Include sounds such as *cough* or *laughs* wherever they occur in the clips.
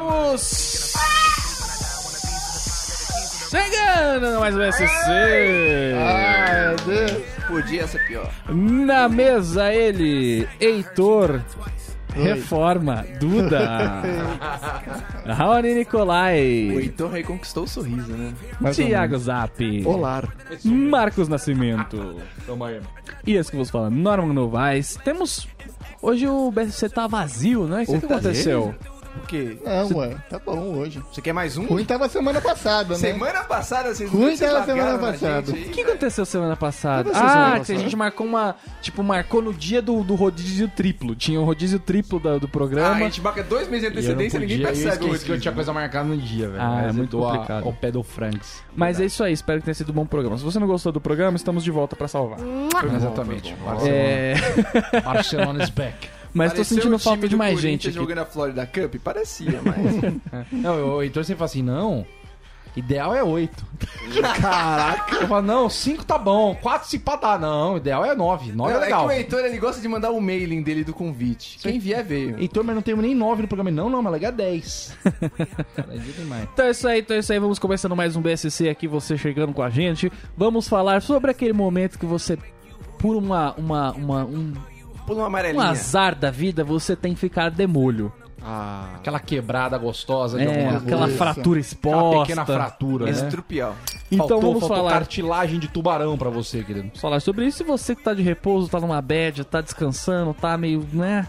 Estamos chegando mais um SC. Ai, meu Deus. Podia ser pior. Na mesa ele, Heitor. Reforma, Duda, Raoni O Nicolai, Heitor então reconquistou o sorriso, né? Thiago Zap, Olá. Marcos Nascimento. E esse que vos fala, Norman Novaes. Temos. Hoje o BSC tá vazio, né? O que, que Puta aconteceu? O quê? Não, ué, tá bom hoje. Você quer mais um? Ruim tava semana passada, né? Semana passada vocês Ruim vocês tava semana largaram na passada. gente aí, O que velho. aconteceu semana passada? O que aconteceu semana Ah, que a passada? gente marcou uma. Tipo, marcou no dia do, do rodízio triplo. Tinha o rodízio triplo da- Ah, a do é programa. gente marca dois meses de E eu não antecedência e ninguém podia, eu percebe o esqueci que eu rodízio. tinha coisa marcada no dia, velho. Ah, é Mas eu muito tô a- complicado. Ao pé do Franks. Mas é isso aí, espero que tenha sido um bom programa. Se você não gostou do programa, estamos de volta pra salvar. Tá Exatamente. Barcelona. É, *laughs* Barcelona is back. mas tô Pareceu sentindo o um time falta de do mais Corinthians gente aqui. jogando a Florida Cup? Parecia, *laughs* mas... Não, o Heitor sempre fala assim, não... Ideal é oito. Caraca. Eu falo, não, cinco tá bom, quatro se pá dá. Não, o ideal é nove. Nove é É que legal. o Heitor, ele gosta de mandar o mailing dele do convite. Quem vier, veio. Heitor, Então, mas não temos nem nove no programa. Não, não, mas legal *laughs* é dez. Cara, é dia demais. Então é isso aí, então é isso aí. Vamos começando mais um BSC aqui, você chegando com a gente. Vamos falar sobre aquele momento que você, por uma, uma, uma, um, Pula uma um amarelinha. azar da vida, você tem que ficar de molho. Ah. Aquela quebrada gostosa de É, alguma aquela coisa. fratura Aquela exposta. pequena fratura, né? Estrupial. Então faltou, vamos faltou falar. cartilagem de tubarão pra você, querido. Vamos falar sobre isso. Se você que tá de repouso, tá numa bad, tá descansando, tá meio, né?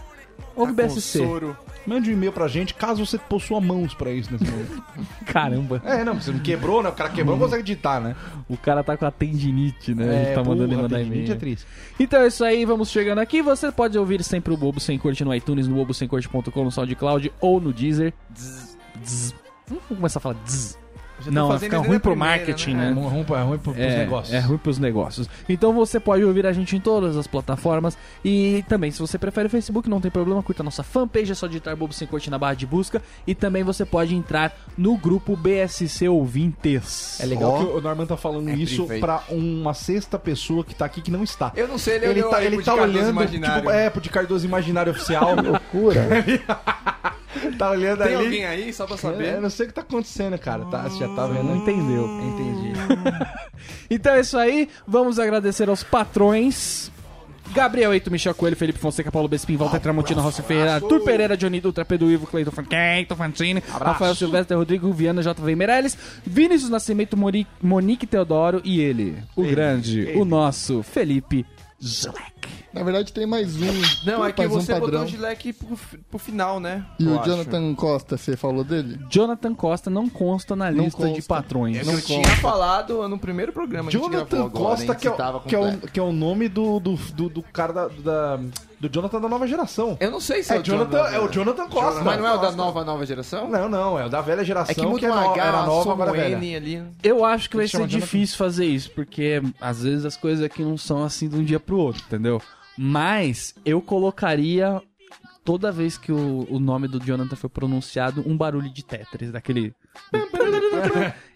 Ouve o Tá Com BSC. soro. Mande um e-mail pra gente caso você possua mãos pra isso nesse momento. *laughs* Caramba, É, não, você não quebrou, né? O cara quebrou, não consegue editar, né? É, o cara tá com a tendinite, né? É, a gente tá mandando ele mandar e-mail. triste. Então é isso aí, vamos chegando aqui. Você pode ouvir sempre o Bobo Sem Corte no iTunes, no bobosemcorte.com, no SoundCloud ou no Deezer. Dzz, dzz. Vamos começar a falar dzz. Já tô Não, vai fazendo ficar desde ruim a pro primeira, marketing, É, né? ruim, pro- é ruim pro, pros é, negócios. é ruim pros negócios. Então você pode ouvir a gente em todas as plataformas. E também, se você prefere o Facebook, não tem problema, curta a nossa fanpage, é só digitar Bobo Sem Corte na barra de busca. E também você pode entrar no grupo BSC Ouvintes. É legal Ó. que o Norman tá falando É isso perfeito. pra uma sexta pessoa que tá aqui que não está. Eu não sei, ele, Ele olhou tá, aí ele pro tá de Cardoso olhando, imaginário. tipo, é, pro de Cardoso Imaginário Oficial. Loucura. *laughs* tá olhando Tem ali. alguém aí, só pra É, eu saber? não sei o que tá acontecendo, cara. Tá, você já tá Não vendo? entendeu. Entendi. Então é isso aí, vamos agradecer aos patrões. Gabriel Eito, Michel Coelho, Felipe Fonseca, Paulo Bespin, Walter Tramontina, Rossi Ferreira, Arthur Pereira, Johnny Dutra, Pedro Ivo, Cleiton Fanqueito, Fantini, Rafael Silvestre, Rodrigo Viana, JV Meirelles, Vinícius Nascimento, Mori- Monique Teodoro e ele, o grande, o nosso Felipe Zlek. Na verdade tem mais um. Não, Tem é que mais um você botou padrão. o Gilek pro, fi- pro final, né? E Eu o acho. Jonathan Costa, você falou dele? Jonathan Costa não consta na Não lista de consta. É patrões. que eu tinha falado no primeiro programa que a gente gravou Jonathan agora, Costa, hein, que é, o- tava que, é o, completo. que é o nome do, do, do, do cara da, da- do Jonathan da nova geração. Eu não sei se É, Jonathan, é o Jonathan Costa. Mas não é o da nova, nova geração? Não, não, é o da velha geração. É que muda no- uma H, era nova, soma agora um é velha. N ali. Eu acho que vai ser Chama Jonathan. difícil fazer isso, porque às vezes as coisas aqui não são assim de um dia pro outro, entendeu? Mas eu colocaria toda vez que o, o nome do Jonathan foi pronunciado um barulho de Tetris, *laughs* daquele.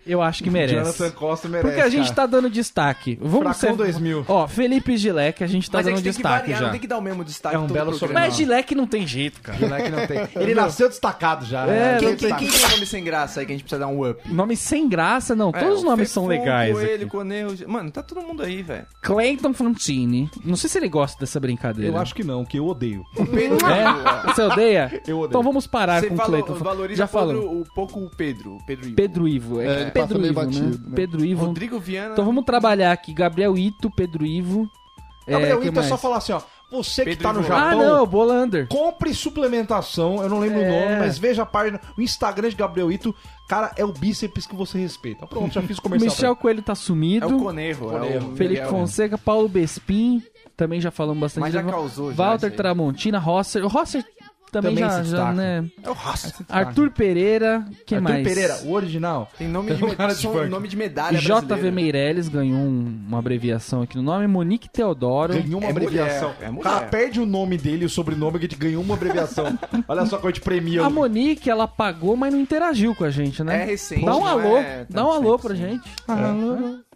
Eu acho que Jonathan merece. Costa merece. Porque a gente cara. tá dando destaque. Vamos Fracão ser... 2000. Ó, Felipe Gilek, a gente tá Mas é dando que tem que destaque variar, já. não tem que dar o mesmo destaque. É um todo belo programa. Mas Não. Gilek não tem jeito, cara. Moleque *laughs* não tem. Ele nasceu destacado já. né? É, Nasceu Quem, quem, destacado. quem tem nome sem graça aí que a gente precisa dar um up? É, Nome sem graça, não. É, Todos os nomes são legais. Ele, aqui. Mano, tá todo mundo aí, *laughs* velho. Clayton Fantini. Não sei se ele gosta dessa brincadeira. Eu acho que não, que eu odeio. O Pedro. É? Você odeia? Eu odeio. Então vamos parar Você com o falou- Cleiton. valoriza Já falou. pouco- o pouco o Pedro. O Pedro Ivo. Pedro Ivo. É, É, ele passa Pedro meio Ivo, batido, né? né? Pedro Ivo. Rodrigo é- Viana. Então vamos trabalhar aqui. Gabriel Ito, Pedro Ivo. É, Gabriel quem Ito é só mais? falar assim, ó. Você que Pedro tá no Ivo. falar Ah, Japão, não. Bolander. compre suplementação. Eu não lembro É. o nome, mas veja a página. O Instagram de Gabriel Ito, cara, é o bíceps que você respeita. Pronto, já fiz o comercial. pra Michel Coelho tá É o sumido. Conerro. É Conerro. o Felipe Miguel. Fonseca, Paulo Bespin. Também já falamos bastante. Mas já dele. causou, já, Walter isso aí. Tramontina, Rosser. O Rosser também, Também já, se já, destaca. né? É o Rasta. Arthur Pereira. Quem Arthur mais? Pereira, o original. Tem nome de, Tem um med- cara de são- funk. nome de medalha JV brasileira. Meirelles ganhou um- uma abreviação aqui no nome. Monique Teodoro. Ganhou uma É mulher, abreviação. é o mulher. cara perde o nome dele e o sobrenome que a gente ganhou *laughs* uma abreviação. Olha só que a gente premia. A Monique, ela pagou, mas não interagiu com a gente, né? É recente, Dá um não alô, é tão dá um alô recente pra assim. gente.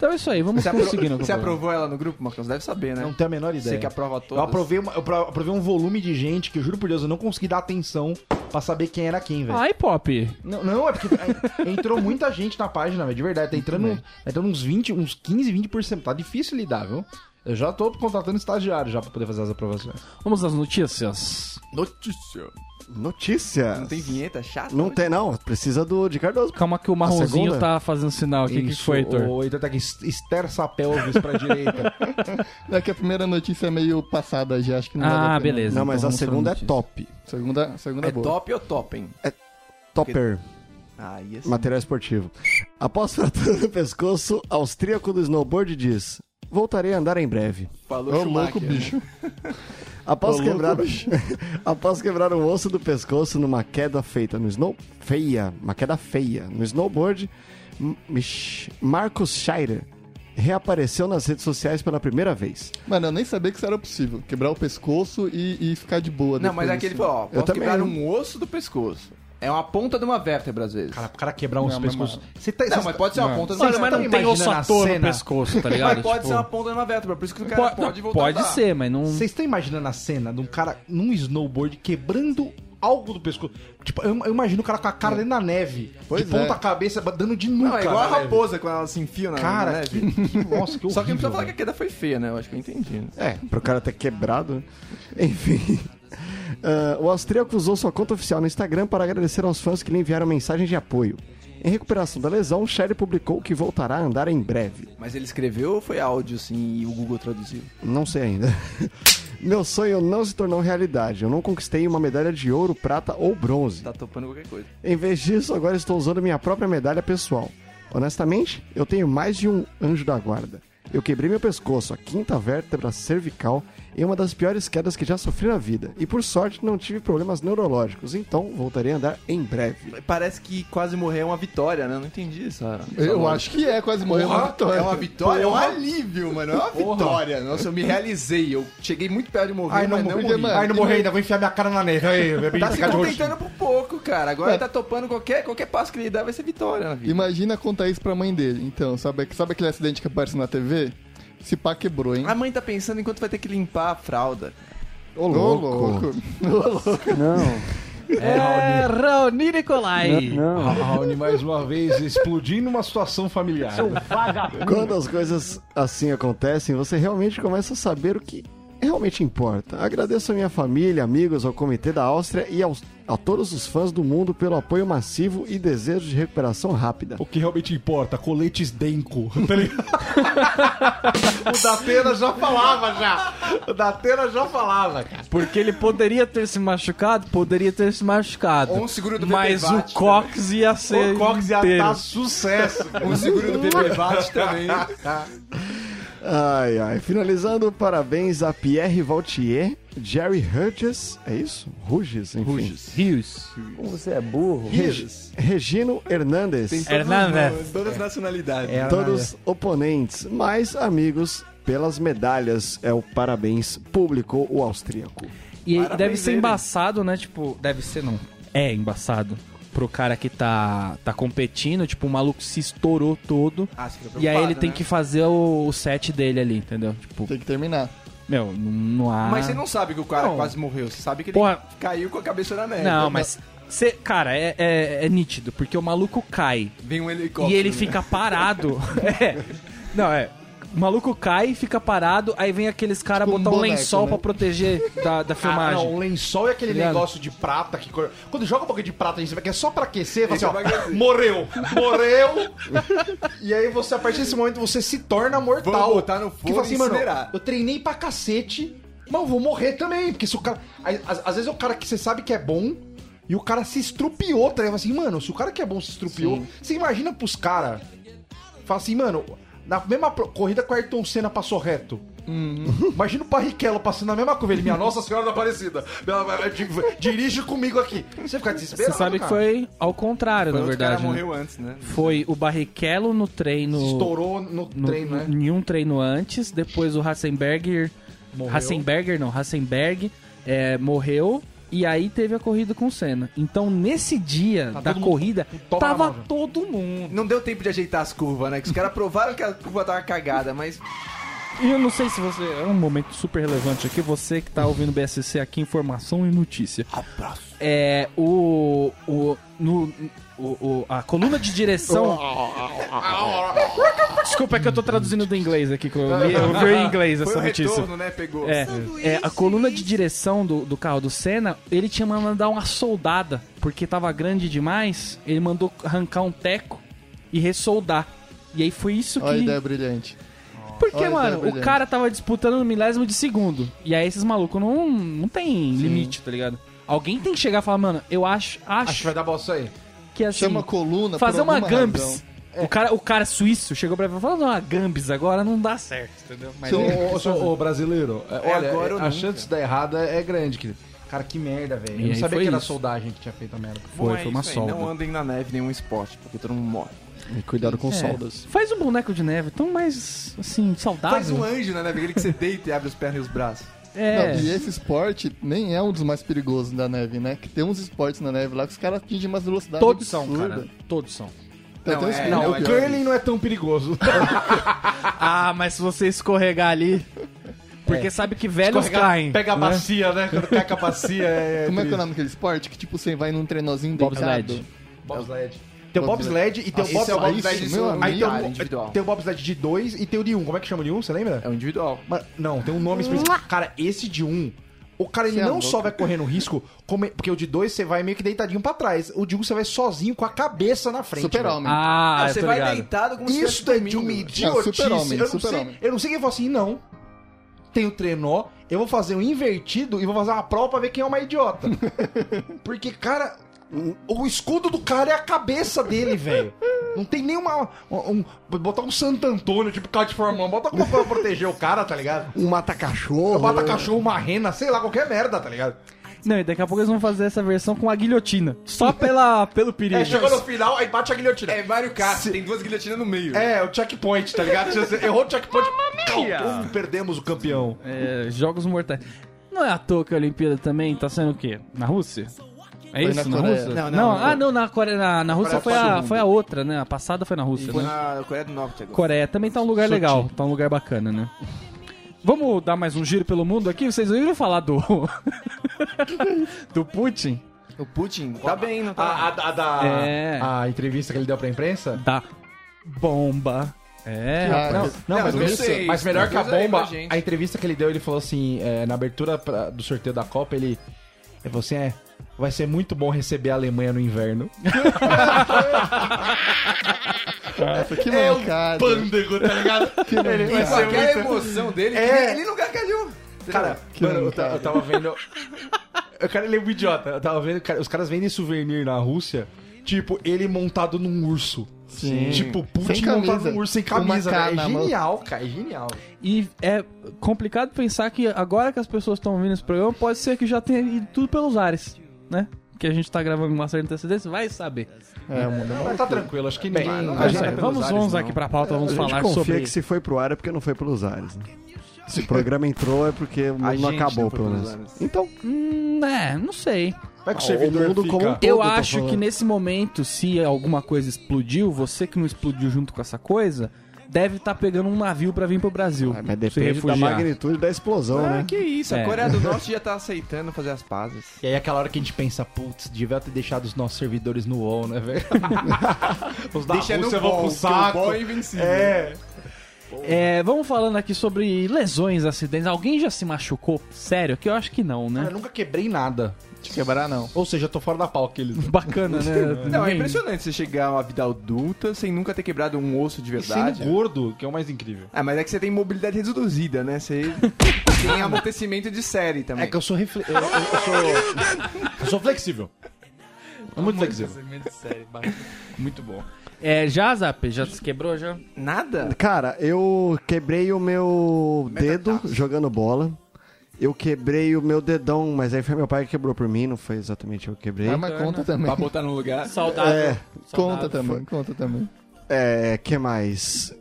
Então é isso aí, vamos Você, apro- conseguindo. você aprovou ela no grupo, Marcos? Deve saber, né? Não tenho a menor ideia. Você que aprova Eu todas. aprovei, uma- eu pro- aprovei um volume de gente que, eu juro por Deus, eu não consegui dar atenção pra saber quem era quem, velho. Ai, Pop. Não, não, é porque é, *laughs* entrou muita gente na página, velho, de verdade. Tá entrando, um- tá entrando uns 20, uns 15, 20%. Tá difícil lidar, viu? Eu já tô contratando estagiário já pra poder fazer as aprovações. Vamos às notícias. Notícia. Notícias. Não tem vinheta chata? Não tem, não. Precisa do de Cardoso. Calma que o marronzinho segunda? tá fazendo sinal aqui. O que Isso, foi, Heitor? O Heitor tá aqui, es- esterça a pelvis pra direita. *laughs* É que a primeira notícia é meio passada já, acho que não vale Ah, a pena. beleza. Não, mas então a vamos pra segunda é notícia. top. Segunda, segunda É boa. top ou topem? Topper. Ah, ia ser. Material esportivo. Após fratura *laughs* no pescoço, austríaco do snowboard diz: Voltarei a andar em breve. Falou Ô, Schumacher, louco, né? bicho. Após Ô, quebrar, louco, *laughs* após quebrar o osso do pescoço numa queda feita no snow feia, uma queda feia no snowboard, M- Mich- Marcus Scheider reapareceu nas redes sociais pela primeira vez. Mano, eu nem sabia que isso era possível. Quebrar o pescoço e, e ficar de boa. Não, mas depois aqui ele disso. falou, ó, Eu posso também quebrar não- um osso do pescoço. É uma ponta de uma vértebra, às vezes. Cara, pro cara quebrar uns Não, é mas, pescoços. Você tá, não, cê- mas tá pode ser uma ponta de uma Mano, mas vértebra. não tem osso imaginando a à toa no cena? pescoço, tá ligado? Mas pode Tipo, ser uma ponta de uma vértebra, por isso que o cara pode- pode, não, voltar a pode andar. ser, mas não. Vocês estão imaginando a cena de um cara num snowboard quebrando algo do pescoço? Tipo, eu, eu imagino o cara com a cara dentro da neve, Pois de é. ponta cabeça, dando de nuca. Não, é igual a na neve. raposa quando ela se enfia na na Cara, neve. que, que- nossa, que horrível. Só que não precisa falar que velho. a queda foi feia, né? Eu acho que eu entendi. É, pro cara ter quebrado. né? Enfim. *laughs* Ah, o austríaco usou sua conta oficial no Instagram para agradecer aos fãs que lhe enviaram mensagem de apoio. Em recuperação da lesão, Scheider publicou que voltará a andar em breve. Mas ele escreveu ou foi áudio, assim, e o Google traduziu? Não sei ainda. *laughs* Meu sonho não se tornou realidade. Eu não conquistei uma medalha de ouro, prata ou bronze. Tá topando qualquer coisa. Em vez disso, agora estou usando minha própria medalha pessoal. Honestamente, eu tenho mais de um anjo da guarda. Eu quebrei meu pescoço, a quinta vértebra cervical, em uma das piores quedas que já sofri na vida. E por sorte, não tive problemas neurológicos, então voltarei a andar em breve. Parece que quase morrer é uma vitória, né? Eu não entendi essa... essa Eu lógica. acho que é, quase morreu "Tá Porra, uma vitória. É uma vitória, é um alívio, mano. É uma vitória. Nossa, eu me realizei. Eu cheguei muito perto de morrer, Ai, não mas não morri. morri. morri. Ai, não morri ainda, vou enfiar minha cara na neve. Aí, minha é Tá bendita se cara de roxo. contentando por pouco, cara. Agora É. tá topando qualquer, qualquer passo que ele dá vai ser vitória na vida. Imagina contar isso pra mãe dele. Então, sabe, sabe aquele acidente que aparece na TV? Se pá quebrou, hein? A mãe tá pensando enquanto vai ter que limpar a fralda. Ô, É, Raoni Nicolai. Raoni, Ah, mais uma vez, explodindo uma situação familiar. Quando as coisas assim acontecem, você realmente começa a saber o que realmente importa. Agradeço a minha família, amigos, ao Comitê da Áustria e aos, a todos os fãs do mundo pelo apoio massivo e desejo de recuperação rápida. O que realmente importa, coletes Denko. tá ligado? *laughs* o Datena já falava, já. O Datena já falava, cara. Porque ele poderia ter se machucado, poderia ter se machucado. Ou um seguro do Mas VPVAT o também. Cox ia ser. O Cox ia inteiro. tá sucesso. velho. *laughs* O seguro do PPVAT também. Ai, ai. Finalizando, parabéns a Pierre Vautier, Jerry Hurges, é isso? Ruges, enfim. Rios. é Reg- Regino Hernandes. Hernandes. Todas as nacionalidades. Todos oponentes, mas amigos pelas medalhas. É o parabéns, publicou o austríaco. E Parabéns, deve ser ele. embaçado, né? Tipo, deve ser não. É embaçado. Pro cara que tá, tá competindo, tipo, o maluco se estourou todo. Ah, você fica E aí ele preocupado, tem né? que fazer o, o set dele ali, entendeu? Tipo, Tem que terminar. meu, não, não há. Mas você não sabe que o cara Não. quase morreu. Você sabe que ele Porra. caiu com a cabeça na neve. Não, mas. cê- cara, é, é, é nítido, porque o maluco cai Vem um helicóptero. e ele né? *laughs* fica parado. é. Não, é. O maluco cai, fica parado, aí vem aqueles caras Tipo um botar um, boneco, lençol né? pra proteger da, um da Ah, não, filmagem. o lençol é aquele Tá ligado? negócio de prata que. cor- Quando joga um pouquinho de prata, a gente vê que é só pra aquecer, você Ele vai ó, aquecer. morreu, assim. morreu. e aí você, a partir desse momento, você se torna mortal. Vamos botar no que fogo fala assim, e mano, incinerar. eu treinei pra cacete, mas eu vou morrer também. Porque se o cara. aí, Às, às vezes é o cara que você sabe que é bom. E o cara se estrupiou, tá ligado? Fala assim, mano, se o cara que é bom se estrupiou, você imagina pros caras. Fala assim, mano, na mesma pro- corrida que o Ayrton Senna passou reto. Uhum. Imagina o Barrichello passando na mesma curva. Ele, minha Nossa Senhora da Aparecida. Ela vai- di- Dirige comigo aqui. Você fica Você desesperado. sabe que cara. foi ao contrário, Foi na outro verdade. cara né? morreu antes, né? Foi o Barrichello no treino. Se Estourou no, no, treino, né? Em um treino antes, depois o Hassenberger. Morreu. Hassenberger, não, Hassenberg é, morreu. E aí teve a corrida com o Senna. Então, nesse dia Tá da corrida, toba na tava mão já. todo mundo. Não deu tempo de ajeitar as curvas, né? Que os caras provaram que a curva tava cagada, mas E eu não sei se você. É um momento super relevante aqui. Você que tá ouvindo o BSC aqui, informação e notícia. É. O. o no, o, o- a coluna de direção. Desculpa, é que eu tô traduzindo do inglês aqui. Que eu, li, eu vi em inglês foi essa o notícia. retorno, né? Pegou. É, é, a coluna de direção do, do carro do Senna, ele tinha mandado dar uma soldada, porque tava grande demais, ele mandou arrancar um teco e ressoldar. E aí foi isso que. Olha a ideia brilhante. Porque, olha a ideia mano, o brilhante. cara tava disputando no milésimo de segundo. E aí esses malucos não, não tem limite, tá ligado? Alguém tem que chegar e falar, mano, eu acho, acho, Acho que vai dar bosta aí. que assim. Chama a coluna por fazer uma alguma Gambis. razão. O, cara, o cara suíço chegou pra mim e falou: "Fazer uma Gambis agora não dá certo, entendeu? Mas Ô, Então, *laughs* ô, ô, ô, ô, brasileiro, é, É olha, agora é- ou a nunca. chance da errada é grande. Que... Cara, que merda, velho. E Eu não aí sabia foi que era a isso. soldagem que tinha feito a merda. foi, foi uma solda. Não andem na neve nenhum esporte, porque todo mundo morre. E cuidado com É, soldas. Faz um boneco de neve tão mais, assim, saudável. Faz um anjo na neve, aquele que você deita e abre os pernas e os braços. É. Não, e esse esporte nem é um dos mais perigosos da neve, né? Que tem uns esportes na neve lá que os caras atingem umas velocidades Todos são, absurdas. cara. Todos são. Tem Não, até uns é- que não, é o pior. Curling não é tão perigoso. Ah, mas se você escorregar *laughs* ali. Porque sabe que velhos Escorrega- caem. Pega a né? bacia, né? Quando cai com a bacia é. Como é que é o triste. nome daquele esporte? Que tipo, você vai num trenozinho Bobsled. deitado. Bobsled. Tem É o Bobsled. bobsled e tem o Esse é o bobsled. bobsled isso, de meu segundo amigo. Aí tem, um lugar, o, é individual. tem o bobsled de 2 e tem o de 1. Um. Como é que chama o de 1? Um? Você lembra? É um individual. Mas- não, tem um nome específico. Cara, esse de 1, um, o cara ele Cê é não louco. só vai correndo risco, como- é- porque o de 2 você vai meio que deitadinho pra trás. O de 1 um, você vai sozinho com a cabeça na frente. velho. Super-homem. Ah, você eu tô vai ligado. deitado como se Isso fosse é de uma Não, idiotice. super-homem, eu, não sei, super-homem. eu não sei quem falou assim, não. Tem o trenó, eu vou fazer um invertido e vou fazer uma prova pra ver quem é o mais idiota. *laughs* Porque, cara, o, o escudo do cara é a cabeça dele, velho. Não tem nenhuma. Um, um- botar um Santo Antônio, tipo carro de Fórmula 1, bota alguma coisa pra proteger o cara, tá ligado? Um mata-cachorro. Bota cachorro, uma rena, sei lá, qualquer merda, tá ligado? Não, e daqui a pouco eles vão fazer essa versão com a guilhotina. Só pela, *laughs* pelo perigo. É, chegou no final, aí bate a guilhotina. É Mario Kart, tem duas guilhotinas no meio. É, o checkpoint, tá ligado? Você Errou o checkpoint, pum, perdemos o campeão. É, jogos mortais. Não é à toa que a Olimpíada também tá sendo o quê? Na Rússia? É Foi isso? na Na, Coreia. Rússia? Não, não, não. Ah, não, na, Coreia, na, na Rússia Coreia foi do a, Sul. foi a outra, né? A passada foi na Rússia, Foi né? na Coreia do Norte agora. Coreia também tá um lugar legal, tá um lugar bacana, né? Vamos dar mais um giro pelo mundo aqui? Vocês ouviram falar do. *laughs* do Putin? O Putin tá bem, não A, tá? Ah, a- a da É. a entrevista que ele deu pra imprensa? Da bomba. É, Ah, rapaz. mas- Não, Não, mas, eu melhor- sei. mas melhor que a Usa aí bomba, pra gente. a entrevista que ele deu, ele falou assim, é, na abertura pra- do sorteio da Copa, ele, ele falou assim, é, vai ser muito bom receber a Alemanha no inverno. Nossa, que É o mancada. Pândego, tá ligado? ele E com aquela é emoção dele, que É. ele não gargalhou. *laughs* Cara, Que mano, eu, ta- vontade. eu tava vendo. O cara ele é um idiota. Eu tava vendo. cara, os caras vendem souvenir na Rússia. Tipo, ele montado num urso. Sim. Tipo, Putin Sem montado camisa. num urso sem Com uma camisa. cara né? É na mão. genial, cara. É genial. E é complicado pensar que agora que as pessoas estão ouvindo esse programa, pode ser que já tenha ido tudo pelos ares, né? Que a gente tá gravando com uma certa antecedência, vai saber. É, o mundo é Mas tá tranquilo, acho que ninguém. não a Mas, gente- é, vamos vamos aqui pra pauta, vamos A gente falar confia sobre. que se foi pro ar é porque não foi pelos ares, né? *laughs* Se o programa entrou é porque o A mundo não gente acabou, não foi pelo pelos menos. ares. Então, Hum, é, não sei. Vai que o Ah, servidor o mundo fica. como um todo. Eu tô acho falando. que nesse momento, se alguma coisa explodiu, você que não explodiu junto com essa coisa, deve estar pegando um navio pra vir pro Brasil. Ah, mas se depende da refugiar. magnitude da explosão, Ah, né? que isso, É. a Coreia do Norte já tá aceitando fazer as pazes. E aí é aquela hora que a gente pensa, putz, devia ter deixado os nossos servidores no UOL, né, velho? *laughs* os da Deixa no Rússia vão bom, pro porque o saco. bom é invencível. É. É, vamos falando aqui sobre lesões, acidentes. Alguém já se machucou? Sério? Que eu acho que não, né? Eu nunca quebrei nada. de quebrar, não. Ou seja, eu tô fora da pau aqueles. *laughs* Bacana, né? Não, é Ninguém- impressionante você chegar à vida adulta sem nunca ter quebrado um osso de E sendo verdade. gordo, que é o mais incrível. Ah, mas é que você tem mobilidade reduzida, né? Você tem amortecimento de série também. É que eu sou refle... eu, eu- eu sou... eu sou flexível. É Muito flexível. Muito bom. É, já, Zap? Já se quebrou? Já? Nada? Cara, eu quebrei o meu dedo jogando bola. Eu quebrei o meu dedão, mas aí foi meu pai que quebrou por mim, não foi exatamente eu que quebrei. Ah, mas conta também. Pra botar no *laughs* lugar. Saudável. É, Saudável. Conta também, conta também. É, que mais? É,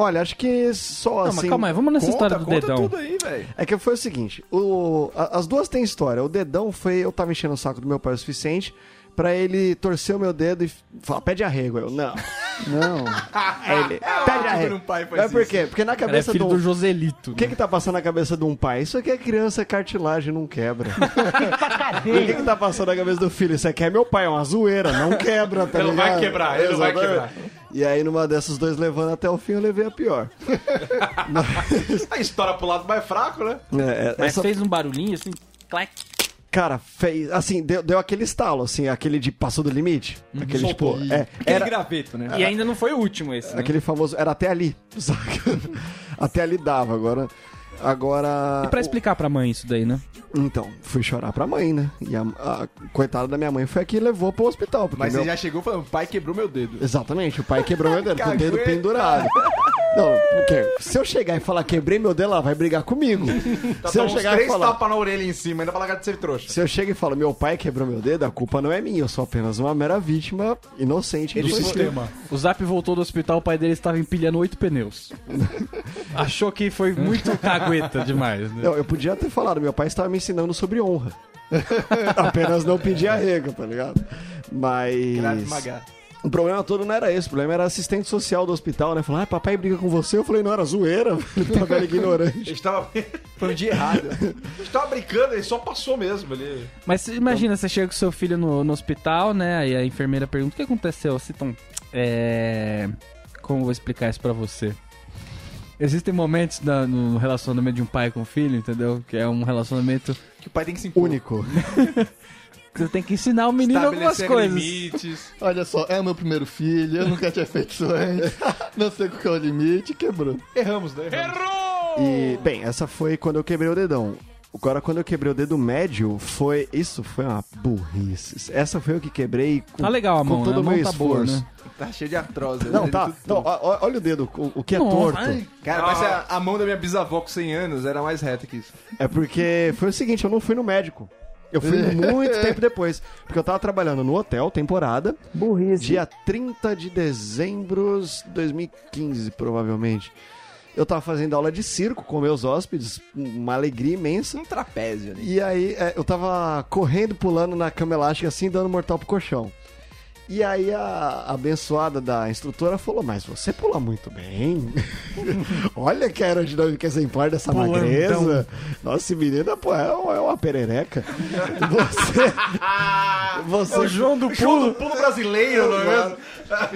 Olha, acho que só Não, assim. mas calma aí, vamos nessa Conta, história do conta dedão. tudo aí, velho. É que foi o seguinte, o- a- as duas têm história. O dedão foi eu tava enchendo o saco do meu pai o suficiente pra ele torcer o meu dedo e falar, pede arrego. *laughs* Eu, não, não. Aí ele, pede Ah, arrego. quando um pai faz Mas por isso. quê? Porque na Cara, é cabeça filho do... do Joselito. né? O que que tá passando na cabeça de um pai? Isso aqui é criança, é cartilagem, *laughs* não quebra. E o que que tá passando na cabeça do filho? Isso aqui é meu pai, é uma zoeira, não quebra, tá Ele não vai ligado? quebrar, ele não vai Exatamente. E aí, numa dessas, dois levando até o fim, eu levei *laughs* a pior. A história pro lado mais fraco, né? É, é, Mas essa- fez um barulhinho assim, clac. Cara, fez. Assim, deu, deu aquele estalo, assim, aquele de passou do limite. Uhum. Aquele Soltou. tipo. É, Aquele era, graveto, né? E ainda não foi o último esse. né? aquele famoso. Era até ali, *laughs* saca? até ali dava. Agora. Agora. E pra explicar pra mãe isso daí, né? o- então, fui chorar pra mãe, né? E a, a coitada da minha mãe foi a que levou pro hospital. Porque Mas meu- ele já chegou falando, pai quebrou meu dedo. Exatamente, o pai quebrou meu dedo, com o dedo Cagueta. pendurado. Não, porque se eu chegar e falar quebrei meu dedo, ela vai brigar comigo. Tá se eu uns chegar e três falar. tapas na orelha em cima, ainda pra largar de ser trouxa. Se eu chego e falo, meu pai quebrou meu dedo, a culpa não é minha, eu sou apenas uma mera vítima inocente do sistema. O Zap voltou do hospital, o pai dele estava empilhando oito pneus. Achou que foi muito *laughs* cagueta demais, né? Não, eu podia ter falado, meu pai estava me ensinando sobre honra. Apenas não pedi arrego, tá ligado? Mas. O problema todo não era esse, o problema era assistente social do hospital, né? Falando, ah, papai briga com você. Eu falei, não, era zoeira, *laughs* tá velho, tabela A ignorante. gente tava. *laughs* Foi um dia errado. A gente tava brincando, ele só passou mesmo. Ele... Mas você imagina, você chega com seu filho no, no hospital, né? Aí a enfermeira pergunta: o que aconteceu? Citon, é. Como eu vou explicar isso pra você? Existem momentos na- no relacionamento de um pai com o filho, entendeu? Que é um relacionamento que o pai tem que se impor. Único. que você tem que ensinar o menino algumas Estabelecer coisas. limites. Olha só, é o meu primeiro filho, eu nunca tinha feito isso antes. Não sei qual que é o limite, quebrou. Erramos, né? Erramos. E, bem, essa foi quando eu quebrei o dedão. Agora, quando eu quebrei o dedo médio, foi. Isso foi uma burrice. Essa foi eu que quebrei com, Tá legal a com mão, né? todo A o mão meu tá boa, esforço. né? Tá cheio de artrose. né? Não, Ele tá. tudo- Não, ó- ó- olha o dedo, o, o que é Nossa, torto. ai. Ah. Cara, parece a, a mão da minha bisavó com 100 anos era mais reta que isso. É porque foi o seguinte, eu não fui no médico. Eu fui muito tempo depois. Porque eu tava trabalhando no hotel, temporada. Burrice. Dia 30 de dezembro de 2015, provavelmente. Eu tava fazendo aula de circo com meus hóspedes, uma alegria imensa. Um trapézio né? ali. E aí é, eu tava correndo, pulando na cama elástica assim, dando mortal pro colchão. E aí a abençoada da instrutora falou, mas você pula muito bem. *laughs* Olha que aerodinâmica exemplar dessa magreza. Nossa, esse menino pô, é, um- é uma perereca. Você, *laughs* você, João do Show do pulo brasileiro, não é mesmo?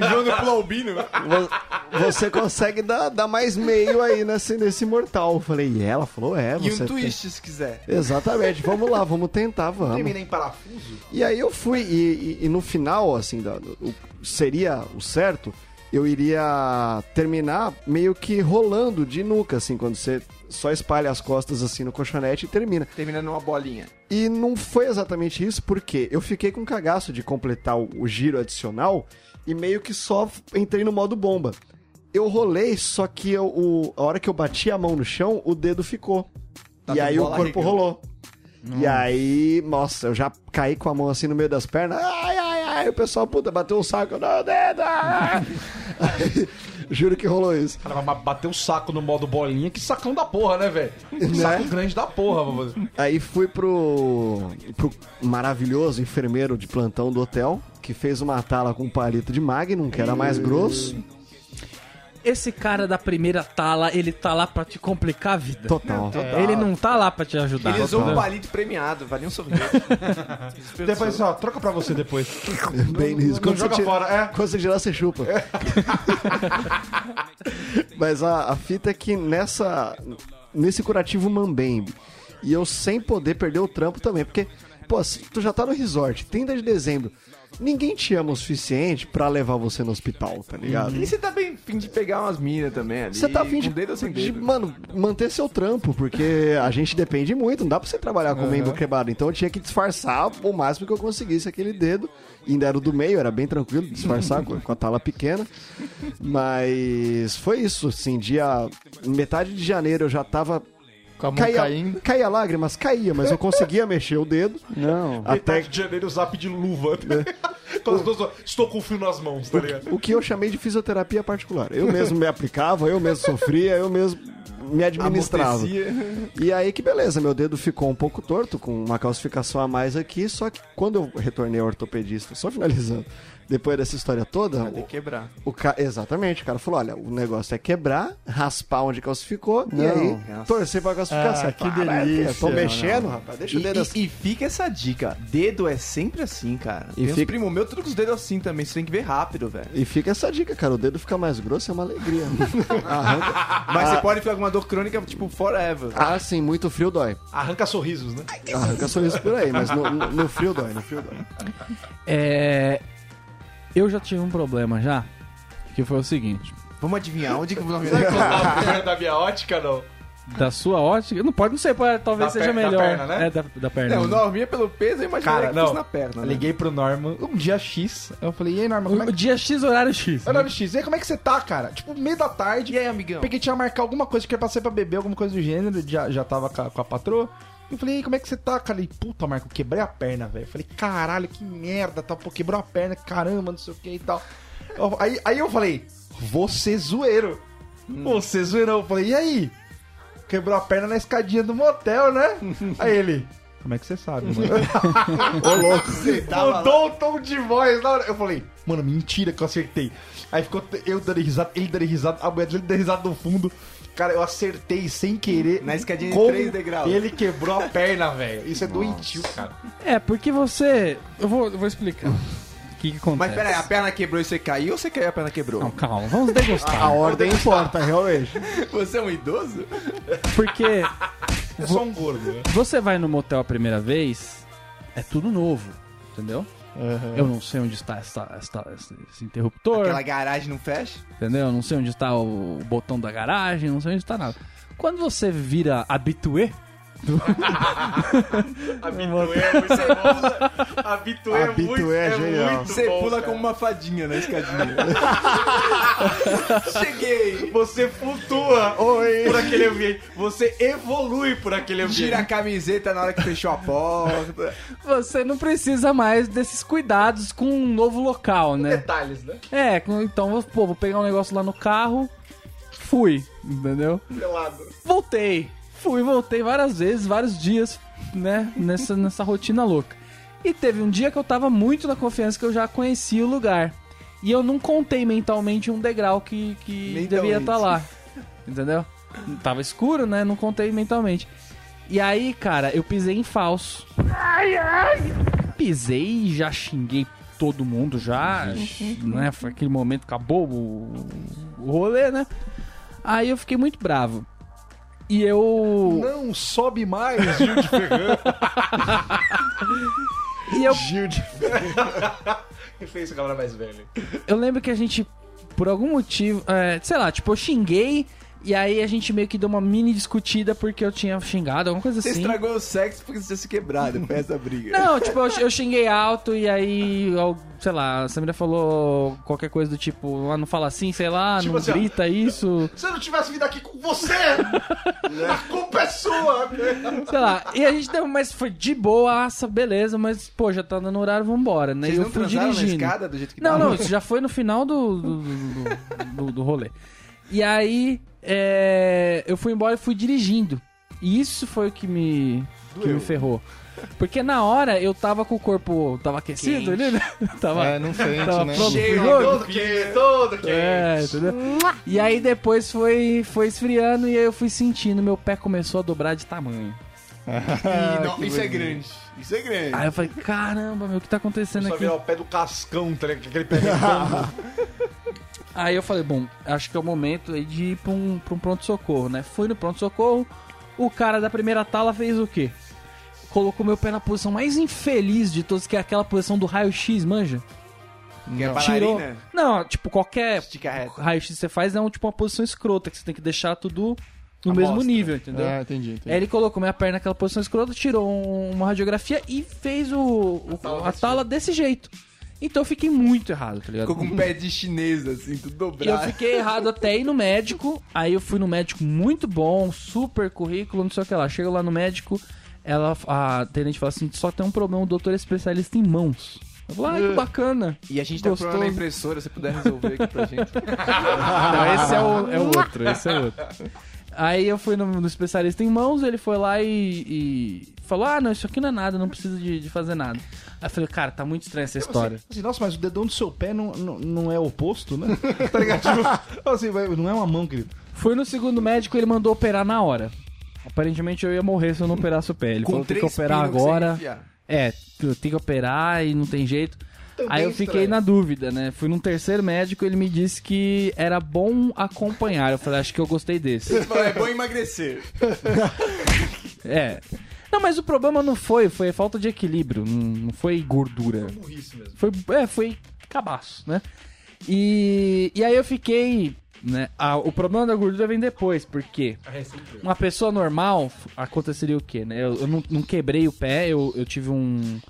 João do Plaubino. vo- você consegue dar, dar mais meio aí nesse, nesse mortal. Eu falei, e ela falou, é, E você um tem- twist, se quiser. Exatamente, vamos lá, vamos tentar, vamos. Termina em parafuso. E aí eu fui, e, e- e no final, assim, da- do- o- seria o certo, eu iria terminar meio que rolando de nuca, assim, quando você só espalha as costas assim no colchonete e termina. Terminando numa bolinha. E não foi exatamente isso, porque eu fiquei com cagaço de completar o, o giro adicional e meio que só f- entrei no modo bomba. Eu rolei, só que eu- o, a hora que eu bati a mão no chão, o dedo ficou. Tá e com aí o bola corpo regando. rolou. E aí, nossa, eu já caí com a mão assim no meio das pernas. Ai, ai, ai, o pessoal, puta, bateu o saco. Não, dedo! ah! Juro que rolou isso. Cara, mas bateu o saco no modo bolinha, que sacão da porra, né, velho? Que saco grande da porra, vamos dizer. Aí fui pro, pro maravilhoso enfermeiro de plantão do hotel, que fez uma tala com um palito de Magnum, que era mais grosso. Esse cara da primeira tala, ele tá lá pra te complicar a vida. Total. É. Ele não tá lá pra te ajudar. Ele usou um entendeu? palito premiado, valia um sorvete. Depois, ó, troca pra você depois. *laughs* Bem nisso. Não joga tira- fora, é. quando você girar, você chupa. *laughs* Mas a, a fita é que nessa. Nesse curativo Mambembe. E eu sem poder perder o trampo também. Porque, pô, se tu já tá no resort, 30 de dezembro. Ninguém te ama o suficiente pra levar você no hospital, tá ligado? Uhum. e você tá bem fim de pegar umas minas também ali. Você tá afim com de, dedo ou sem de, dedo? mano, manter seu trampo, porque a gente depende muito, não dá pra você trabalhar com membro quebrado. Então eu tinha que disfarçar o máximo que eu conseguisse aquele dedo. Ainda era o do meio, era bem tranquilo disfarçar com, com a tala pequena. Mas foi isso, assim, dia. metade de janeiro eu já tava. Com a mão Caía, caindo. caía lágrimas, caía, mas eu conseguia mexer o dedo. Não. Até *laughs* *laughs* Né? Metade de janeiro, zap de luva. Quando eu tô- Estou com o frio nas mãos, tá ligado? O que eu chamei de fisioterapia particular. Eu mesmo me aplicava, eu mesmo sofria, eu mesmo me administrava. E aí que beleza, meu dedo ficou um pouco torto, com uma calcificação a mais aqui, só que quando eu retornei ao ortopedista, só finalizando, depois dessa história toda, o, Ah, quebrar. o ca- exatamente, o cara falou, olha, o negócio é quebrar, raspar onde calcificou e aí torcer pra calcificação. Ah, que Para, é, delícia. Tô mexendo, rapaz, deixa E, o dedo assim. e- e fica essa dica, dedo é sempre assim, cara. E Tem uns fica- primo meu, tudo com os dedos assim também, você tem que ver rápido, velho. E fica essa dica, cara, o dedo fica mais grosso é uma alegria. Mas você pode ficar com uma dor crônica, tipo, forever. ah, sim, muito frio dói. Arranca sorrisos, *laughs* né? Arranca sorriso por aí, mas no, no- no frio dói, no frio dói. É. Eu já tive um problema já. Que foi o seguinte: Vamos adivinhar onde que eu vou Contar Ah. Tá primeiro da minha ótica, não. da sua ótica. Não pode, não sei, pode- talvez Da seja per- da melhor. perna, né? É, da, da perna. Não, norminha pelo peso, eu imaginaria Cara, que fosse não. na perna, Eu né? Liguei pro Norman um dia X. Eu falei, e aí, Norman, como é O que. dia X, horário Um X. Ô, Norman X, e aí, como é que você tá, cara? Tipo, meio da tarde. E aí, amigão? Peguei tinha marcar alguma coisa que ia passar pra beber, alguma coisa do gênero, já, já tava ca- com a, patroa. Eu falei, "Ei, como é que você tá, cara? Ele, puta, Marco, quebrei a perna, velho. Eu Falei, caralho, que merda, tá? Pô, quebrou a perna, caramba, não sei o que e tal. Eu- Aí, aí eu falei, você é zoeiro. Você é zoeirão. Eu falei, e aí? Quebrou a perna na escadinha do motel, *laughs* né? aí ele, como é que você *laughs* sabe, mano? Ô, louco. Mudou o tom de voz na hora. Eu falei, mano, mentira que eu acertei. Aí ficou eu dando risada, ele dando risada, a mulher dele dando risada no fundo. Cara, eu acertei sem querer. Na escadinha de Como três degraus. Ele quebrou a perna, velho. Isso é doentio, cara. É, porque você. Eu vou, eu vou explicar. O que, que acontece? Mas pera aí, a perna quebrou e você caiu ou você caiu e a perna quebrou? Não, calma, vamos degustar. A Ah, ordem importa, realmente. *laughs* Você é um idoso? ah. Porque É só um gordo, né? você vai no motel a primeira vez, é tudo novo, entendeu? Eu não sei onde está essa, essa- esse, esse interruptor, Aquela garagem não fecha? entendeu? Eu não sei onde está o, o botão da garagem, não sei onde está nada. Quando você vira habitué, Habitué é muito bom. Habitué é Habitué muito, é é genial. muito Você bom, pula cara. como uma fadinha *laughs* na escadinha. Cheguei! Você flutua por aquele ambiente. Você evolui por aquele ambiente. Tira a camiseta na hora que fechou a porta. você não precisa mais desses cuidados com um novo local, né? detalhes, né? É, com- então, pô, vou pegar um negócio lá no carro, fui, entendeu? Pelado. voltei. Fui, voltei várias vezes, vários dias, né? Nessa, nessa rotina louca. E teve um dia que eu tava muito na confiança que eu já conhecia o lugar. E eu não contei mentalmente um degrau que, que devia estar lá. Entendeu? Tava escuro, né? Não contei mentalmente. E aí, cara, eu pisei em falso. Pisei e já xinguei todo mundo já, né? Foi aquele momento, acabou o, o rolê, né? Aí eu fiquei muito bravo. E eu. Não sobe mais. E eu, Que fez a galera mais velha. eu lembro que a gente, por algum motivo. é, sei lá, tipo, eu xinguei. E aí a gente meio que deu uma mini discutida porque eu tinha xingado, alguma coisa Você assim. estragou o sexo porque você tinha se quebrado depois dessa briga. Não, tipo, eu, eu xinguei alto e aí, eu- sei lá, a Samira falou qualquer coisa do tipo, ah, não fala assim, sei lá, Tipo não assim, ó. grita isso. Se eu não tivesse vindo aqui com você, a culpa é sua. Sei lá, e a gente deu, mas foi de boaça, beleza, mas, pô, já tá dando horário, vambora, né? Vocês e eu não fui transaram dirigindo. na escada do jeito que Não, tava? não, isso já foi no final do, do, do, do- do rolê. E aí, é, eu fui embora e fui dirigindo. E isso foi o que me, que me ferrou. Porque na hora eu tava com o corpo. Tava aquecido ali, né? *laughs* Tava, É, não sente, tava né? Tá pronto pro jogo. Todo que, todo que. É, entendeu? E aí depois foi, foi esfriando e aí eu fui sentindo, meu pé começou a dobrar de tamanho. E não, isso é grande. Isso é grande. Aí eu falei, caramba, meu, Ah, o que tá acontecendo Só aqui? virar o pé do cascão, tá ligado? Aquele pé *laughs* Aí eu falei, bom, acho que é o momento aí de ir pra um, pra um pronto-socorro, né? Fui no pronto-socorro, o cara da primeira tala fez o quê? Colocou meu pé na posição mais infeliz de todos, que é aquela posição do raio-x, manja? Que é Tirou. bailarina? Não, tipo, qualquer Estica reto. raio-x que você faz é um, tipo uma posição escrota, que você tem que deixar tudo no mesmo nível, entendeu? Ah, entendi, entendi. Aí ele colocou minha perna naquela posição escrota, tirou um- uma radiografia e fez o, o- a tala desse jeito. Então eu fiquei muito errado, tá ligado? Ficou com um pé de chinês, assim, tudo E eu dobrado. fiquei errado até ir no médico. Aí eu fui no médico muito bom, super currículo, não sei o que lá. Chego lá no médico, ela, a tenente fala assim: só tem um problema, o doutor é especialista em mãos. Lá, que bacana. E a gente tá com Gostoso. problema na impressora, se puder resolver aqui pra gente. Não, esse é o, é o outro, esse é o outro. Aí eu fui no, no especialista em mãos, ele foi lá e, e falou: Ah, não, isso aqui não é nada, não precisa de, de fazer nada. Aí eu falei: Cara, tá muito estranha essa história. Assim, nossa, mas o dedão do seu pé não, não, não é oposto, né? *laughs* tá ligado? Tipo, assim, vai- não é uma mão, querido. Fui no segundo médico, ele mandou operar na hora. Aparentemente eu ia morrer se eu não operasse o pé. Ele falou: Tem que operar pinos que você agora. enfia. É, eu tenho que operar e não tem jeito. Aí eu fiquei na dúvida, né? Fui num terceiro médico, ele me disse que era bom acompanhar. Eu falei, acho que eu gostei desse. Você fala, É bom emagrecer. É. Não, mas o problema não foi, foi falta de equilíbrio, não, não foi gordura. Foi burrice mesmo. Foi, é, foi cabaço, né? E, e aí eu fiquei. Né? Ah, o problema da gordura vem depois, porque uma pessoa normal f- aconteceria o quê? Né? Eu, eu não, não quebrei o pé, eu, eu tive um,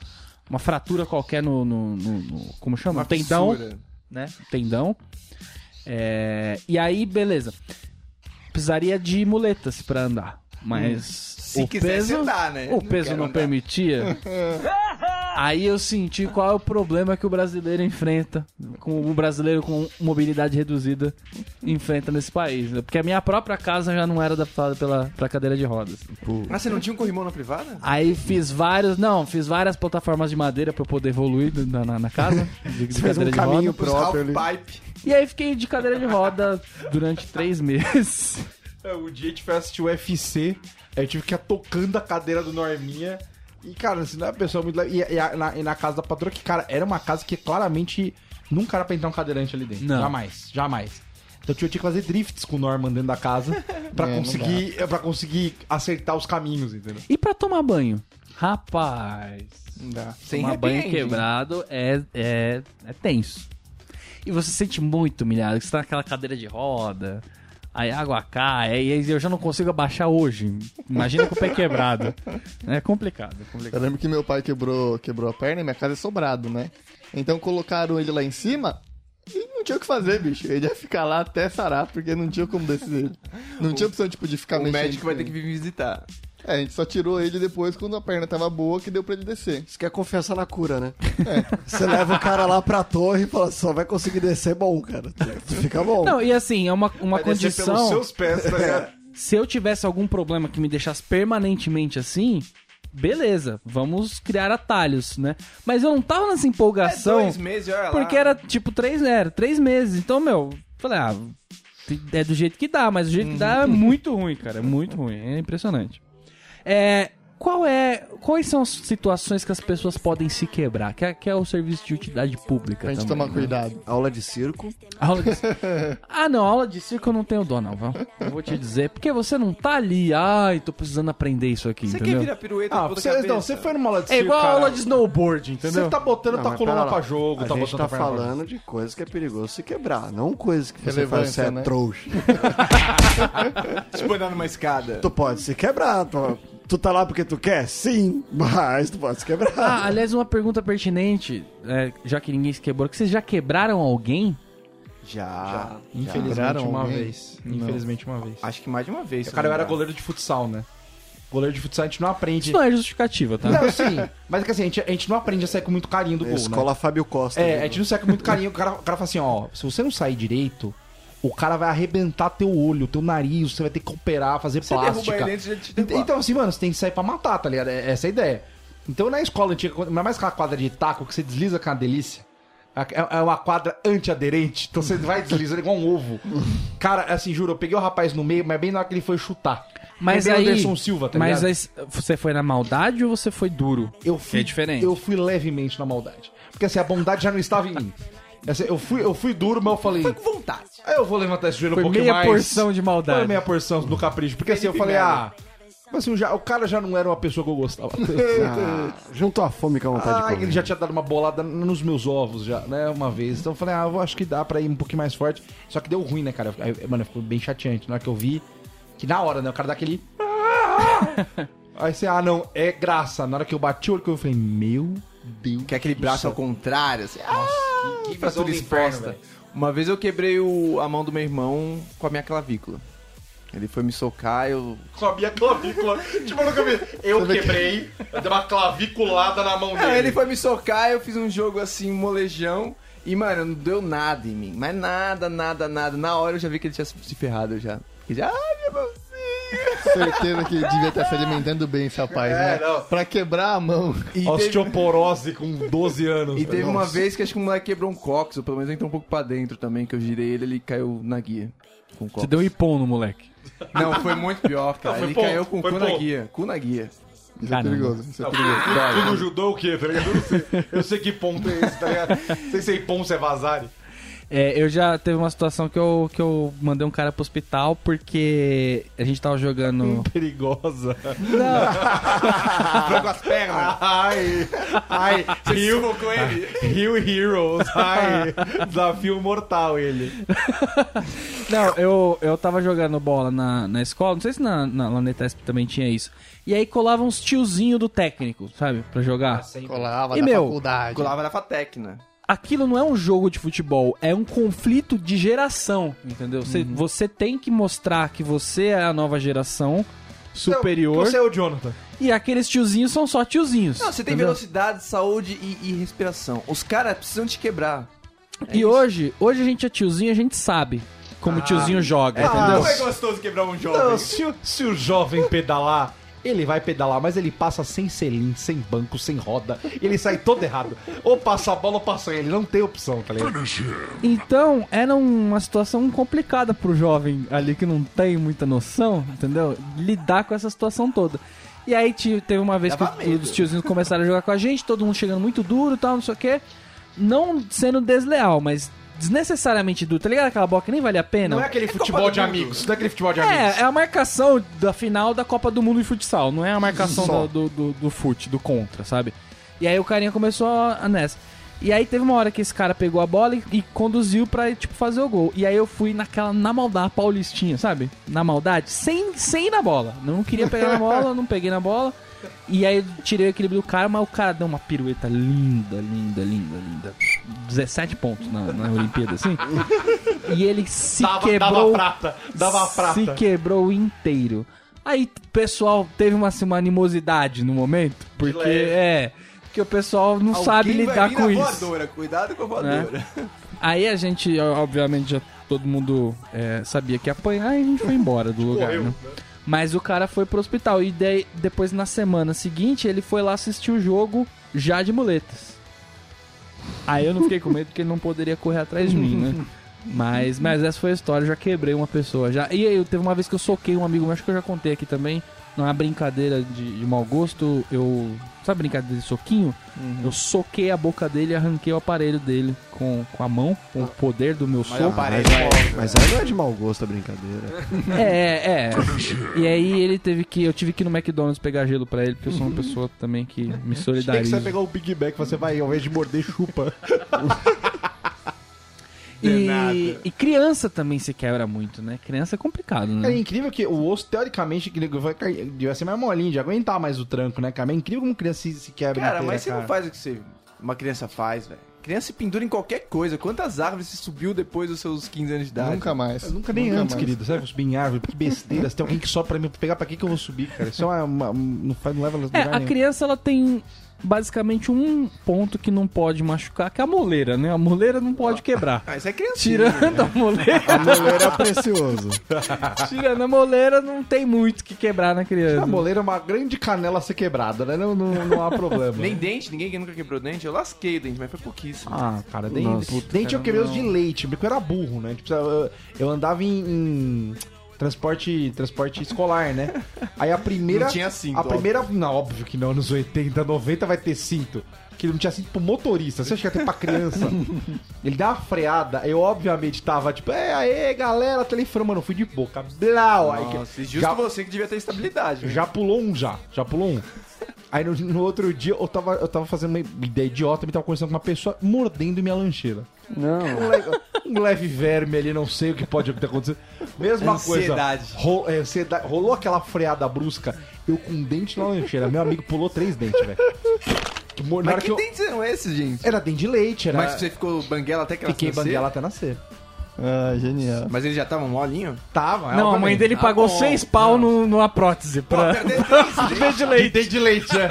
uma fratura qualquer no. no, no- no- como chama? Uma tendão. fissura. Né? Tendão. É, e aí, beleza. Precisaria de muletas pra andar. Mas. Hum. Se o quiser, peso, você dá, né? O peso quero não andar. *laughs* permitia. Aí eu senti qual é o problema que o brasileiro enfrenta, com o brasileiro com mobilidade reduzida enfrenta nesse país, né? porque a minha própria casa já não era adaptada pela pra cadeira de rodas. Ah, você não tinha um corrimão na privada? Aí fiz vários, não, fiz várias plataformas de madeira pra eu poder evoluir na, na- na casa de, de Fez um cadeira de caminho roda. Os próprio ali. half-pipe. E aí fiquei de cadeira de roda durante três meses. É, o dia a gente foi assistir o UFC, aí eu tive que ficar tocando a cadeira do Norminha. E, cara, assim, não é uma pessoa muito. le- E, e a- na, e na casa da patroa, que, cara, era uma casa que claramente nunca era pra entrar um cadeirante ali dentro. Não. Jamais, jamais. Então eu tinha que fazer drifts com o Norman dentro da casa pra, É, não conseguir, pra conseguir acertar os caminhos, entendeu? E pra tomar banho? Rapaz, Sem tomar banho arrepende. quebrado é, é, é tenso. E você se sente muito humilhado, que você tá naquela cadeira de roda, aí a água cai, aí aí eu já não consigo abaixar hoje. Imagina com o pé quebrado. É complicado, é complicado. Eu lembro que meu pai quebrou, quebrou a perna e minha casa é sobrado, né? Então colocaram ele lá em cima e não tinha o que fazer, bicho. Ele ia ficar lá até sarar, porque não tinha como descer ele. Não tinha opção, tipo, de ficar O mexendo. médico com vai ter ele. que vir visitar. É, a gente só tirou ele depois quando a perna tava boa que deu pra ele descer. Isso que é confiança na cura, né? Você leva o cara lá pra torre e fala, só vai conseguir descer bom, cara. Fica bom. Não, e assim, é uma, uma Vai descer condição. pés, tá ligado? Se eu tivesse algum problema que me deixasse permanentemente assim, beleza, vamos criar atalhos, né? Mas eu não tava nessa empolgação. É Dois meses, olha lá. né? Porque era tipo três, era três meses. Então, meu, falei, ah, é do jeito que dá, mas o jeito que dá é Uhum. muito ruim, cara. É muito ruim, é impressionante. É, qual é, quais são as situações que as pessoas podem se quebrar? Que é, que é o serviço de utilidade pública Pra gente também, tomar né? cuidado. Aula de circo. Aula de... *laughs* Ah, não, aula de circo eu não tenho dó, não, viu? Eu vou te dizer, porque você não tá ali, ai, tô precisando aprender isso aqui, Você quer entendeu? virar pirueta Ah, toda você, cabeça? não, você foi numa aula de É igual a cara. aula de snowboard, entendeu? Você tá botando Não, tua mas coluna pera lá. pra jogo, a tá gente botando tá a perna pra falando de coisas que é perigoso se quebrar, não coisas que você faz Relevância, você é né? trouxa. Tipo andar numa escada. Tu pode se quebrar, tu, tu tá lá porque tu quer? Sim, mas tu pode se quebrar. Ah, aliás, uma pergunta pertinente, é, já que ninguém se quebrou, que vocês já quebraram alguém? já. Infelizmente, Quebraram uma alguém? vez. Infelizmente, uma vez. Acho que mais de uma vez. se Cara, eu era lembrar. goleiro de futsal, né? Goleiro de futsal a gente não aprende. Isso não é justificativa, tá? Não, sim. Mas é que assim, a gente, a gente não aprende a sair com muito carinho do gol, É Escola né? Fábio Costa. É, a viu? gente não sai com muito carinho. O cara, o cara fala assim, ó, se você não sair direito, o cara vai arrebentar teu olho, teu nariz, você vai ter que operar, fazer Você derruba plástica. ele antes de ele te Ent- derrubar. Então, assim, mano, você tem que sair pra matar, tá ligado? É- Essa é a ideia. Então, na escola antiga, quando- ainda mais aquela quadra de taco que você desliza com uma delícia. É é uma quadra antiaderente, então você vai deslizando igual um ovo. Cara, assim, juro, eu peguei o rapaz no meio, mas bem na hora que ele foi chutar. Mas Foi bem aí, Anderson Silva, tá mas ligado? aí, você foi na maldade ou você foi duro? Eu fui, É diferente. Eu fui levemente na maldade. Porque assim, a bondade já não estava em mim. Assim, eu, fui, eu fui duro, mas eu falei. Foi com vontade. Eu vou levantar esse joelho Foi um pouquinho meia mais. porção de maldade. Foi meia porção do capricho. Porque assim, eu falei, ah. Mas assim, já- o cara já não era uma pessoa que eu gostava. Ah, juntou a fome com a vontade de ah, comer. ele já tinha dado uma bolada nos meus ovos já, né? Uma vez. Então eu falei, ah, eu acho que dá pra ir um pouquinho mais forte. Só que deu ruim, né, cara? Eu- eu- mano, ficou bem chateante. Na hora que eu vi, que na hora, né? O cara *laughs* dá aquele. Aí você, ah, não, é graça. Na hora que eu bati o olho, que eu falei, meu Que é aquele braço ao contrário, assim. ah, que fratura do inferno, exposta. Uma vez eu quebrei o- a mão do meu irmão com a minha clavícula. Ele foi me socar, eu. Com a minha clavícula. *laughs* tipo, eu nunca vi. Eu quebrei, eu dei uma claviculada na mão É, dele. ele foi me socar, eu fiz um jogo assim, um molejão. E, mano, não deu nada em mim. Mas nada, nada, nada. Na hora eu já vi que ele tinha se ferrado já. Ele já, ai, minha mãozinha. Certeza que devia estar se alimentando bem esse rapaz, É, né? não. Pra quebrar a mão. E teve, Osteoporose com 12 anos. e teve uma vez que acho que o moleque quebrou um cox, ou pelo menos entrou um pouco pra dentro também, que eu girei ele ele caiu na guia. Com o Você cox. deu um ipom no moleque. Não, foi muito *laughs* pior, cara. foi ele ponto, caiu com o foi cu na ponto. guia. Cu na guia. Isso é Caramba. perigoso. Isso é perigoso. Tudo judô o quê? Tá ligado? Eu não sei. Eu sei que ponto é esse, tá ligado? Sei se é ponto, se é vazare. É, eu já teve uma situação que eu, que eu mandei um cara pro hospital porque a gente tava jogando. Perigosa. Foi com as *laughs* pernas. Ai, ai. Você Rio, com ele? Rio Heroes. Ai, desafio mortal ele. Não, eu, eu tava jogando bola na, na escola, não sei se na, na, lá na Unitesp também tinha isso. E aí colava uns tiozinho do técnico, sabe? Pra jogar. Colava E da meu, faculdade. Colava na Fatecna. Aquilo não é um jogo de futebol, é um conflito de geração, entendeu? Você, você tem que mostrar que você é a nova geração superior Você é o Jonathan. e aqueles tiozinhos são só tiozinhos. Não, você tem entendeu? velocidade, saúde e, e respiração. Os caras precisam te quebrar. E hoje, hoje a gente é tiozinho, a gente sabe como tiozinho joga, entendeu? é gostoso quebrar um jovem. se, o- se o jovem pedalar, ele vai pedalar, mas ele passa sem selim, sem banco, sem roda. Ele sai todo errado. Ou passa a bola ou passa ele. Não tem opção, tá ligado? Então, era uma situação complicada pro jovem ali que não tem muita noção, entendeu? Lidar com essa situação toda. E aí ti- teve uma vez que os- os tiozinhos começaram a jogar com a gente, todo mundo chegando muito duro e tal, não sei o quê. Não sendo desleal, mas desnecessariamente duro. Tá ligado aquela bola que nem vale a pena? Não é aquele futebol de amigos. Não é aquele futebol de amigos. É, é a marcação da final da Copa do Mundo de futsal, não é a marcação Só. do, do, do, do fute, do contra, sabe? E aí o carinha começou a nessa. E aí teve uma hora que esse cara pegou a bola e, e conduziu pra, tipo, fazer o gol. E aí eu fui naquela, na maldade, paulistinha, sabe? Na maldade, sem, sem ir na bola. Não queria pegar na bola, não peguei na bola. E aí eu tirei o equilíbrio do cara, mas o cara deu uma pirueta linda, linda, linda, linda. 17 pontos na, na Olimpíada, assim. E ele se Dava, dava quebrou prata. Dava prata. se quebrou inteiro. Aí, o pessoal, teve uma, assim, uma animosidade no momento, porque leve. é. Porque o pessoal não sabe Alguém vai lidar vir com na isso. Né? voadora, Cuidado com a voadora. É Aí a gente, ó, obviamente, já todo mundo é, sabia que ia apanhar e a gente foi embora do lugar. né? Mas o cara foi pro hospital. E daí, depois, na semana seguinte, ele foi lá assistir o jogo já de muletas. Aí eu não fiquei com medo porque ele não poderia correr atrás de mim, né? Mas, mas essa foi a história, eu já quebrei uma pessoa já. E aí, eu- teve uma vez que eu soquei um amigo meu, acho que eu já contei aqui também, numa brincadeira de, de mau gosto, eu. Sabe brincadeira de soquinho? Eu soquei a boca dele e arranquei o aparelho dele com, com a mão, com o poder do é meu soco. Mas aí não é de mau gosto a brincadeira. É, é, é. E aí ele teve que. Eu tive que ir no McDonald's pegar gelo pra ele, porque eu sou uma pessoa também que me Tem que Uhum. você solidariza. pegar o Big Mac, você vai, ao invés de morder, chupa. E, e criança também se quebra muito, né? Criança é complicado, *laughs* É né? incrível que o osso, teoricamente, que vai, cair- devia ser mais molinho, de aguentar mais o tranco, né, cara? Mas É incrível como criança se, se quebra Cara, inteira, mas você não faz o que você, uma criança faz, velho. Criança se pendura em qualquer coisa. Quantas árvores você subiu depois dos seus 15 anos de idade? Nunca mais. Eu nunca nem antes, querido. Sabe, eu subi em árvore, que besteira. Se tem alguém que sobe pra mim pra pegar, pra que que eu vou subir, cara? Isso é uma. uma- não, faz, não leva elas É, a criança ela tem basicamente um ponto que não pode machucar, que é a moleira, né? A moleira não pode quebrar. Ah, isso é criança. Tirando a moleira, *laughs* A mulher é precioso. tirando a moleira, não tem muito que quebrar na criança. A moleira é uma grande canela a ser quebrada, né? Não, não, não há problema. *laughs* Nem dente, ninguém que nunca quebrou dente. Eu lasquei o dente, mas foi pouquíssimo. Ah, cara, dente. Nossa, dente eu queria os de leite, porque eu era burro, né? Tipo, eu, eu andava em, em transporte, transporte escolar, né? Aí a primeira. Não tinha cinto, A primeira. Não, óbvio que não, anos 80, 90 vai ter cinto. Que não tinha cinto pro motorista. Você acha que ia ter pra *laughs* criança? Ele dá uma freada, eu obviamente tava tipo, é aê, galera, telefone, mano, eu fui de boca. Blau! aí que- Nossa, e é justo já- você que devia ter estabilidade. velho. já pulou um já, já pulou um. Aí no, no outro dia eu tava, eu tava fazendo uma ideia idiota, me tava conversando com uma pessoa mordendo minha lancheira. Não. Um leve, um leve verme ali, não sei o que pode ter acontecido. Mesma Ansiedade. coisa. Ro, é, ansiedade. Rolou aquela freada brusca, eu com um dente na lancheira. Meu amigo pulou três dentes, velho. Que mor- na Mas hora que que eu- dentes eram esses, gente? Era dente de leite, era. Mas você ficou banguela até que ela Fiquei nascer? banguela até nascer. Ah, genial. Mas ele já tava molinho? Ah, Tava, Não, a mãe dele pagou seis pau no, numa prótese pra dente de leite. Dente de leite, é.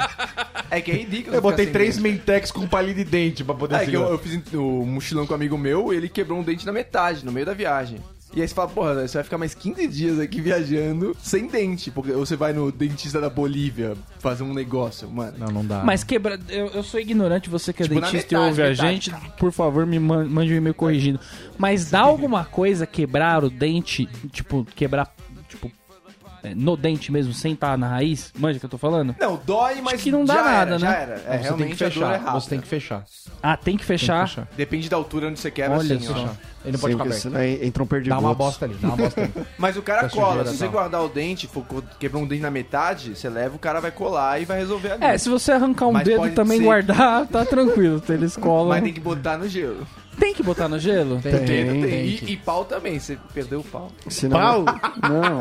É que é ridículo. Eu botei ficar sem três dente. mentex com palito de dente pra poder É que eu, segurar. eu fiz o mochilão com um amigo meu, ele quebrou um dente na metade, no meio da viagem. E aí você fala, porra, você vai ficar mais 15 dias aqui viajando sem dente, porque ou você vai no dentista da Bolívia fazer um negócio, mano. Não, não dá. Mas quebra. Eu, eu sou ignorante, você que é Tipo, na dentista e metade, ouve a metade, gente, por favor, me man- mande um e-mail corrigindo. Mas dá alguma coisa quebrar o dente, tipo, quebrar, tipo, é, no dente mesmo, sem estar na raiz? Manja o que eu tô falando? Não, dói, mas que não dá já nada, era, né? Já era. É, você tem que realmente a dor é fechar. rápida. você tem que fechar. Ah, tem que fechar. fechar. Depende da altura onde você quebra, Olha assim, só. ó. Ele não Sim, pode ficar porque aberto. senão entra um Dá uma perdigotos. bosta ali, dá uma bosta ali. Mas o cara Da cola. sujeira, Se você tá. guardar o dente, for co- quebrar um dente na metade, você leva, o cara vai colar e vai resolver ali. É, se você arrancar um Mas dedo e pode também ser. guardar, tá *laughs* tranquilo. Eles colam. Mas tem Tem... que botar no gelo. que botar no gelo? Tem, Tem, tem. tem. E, e pau também, você perdeu o pau. Se não- Não.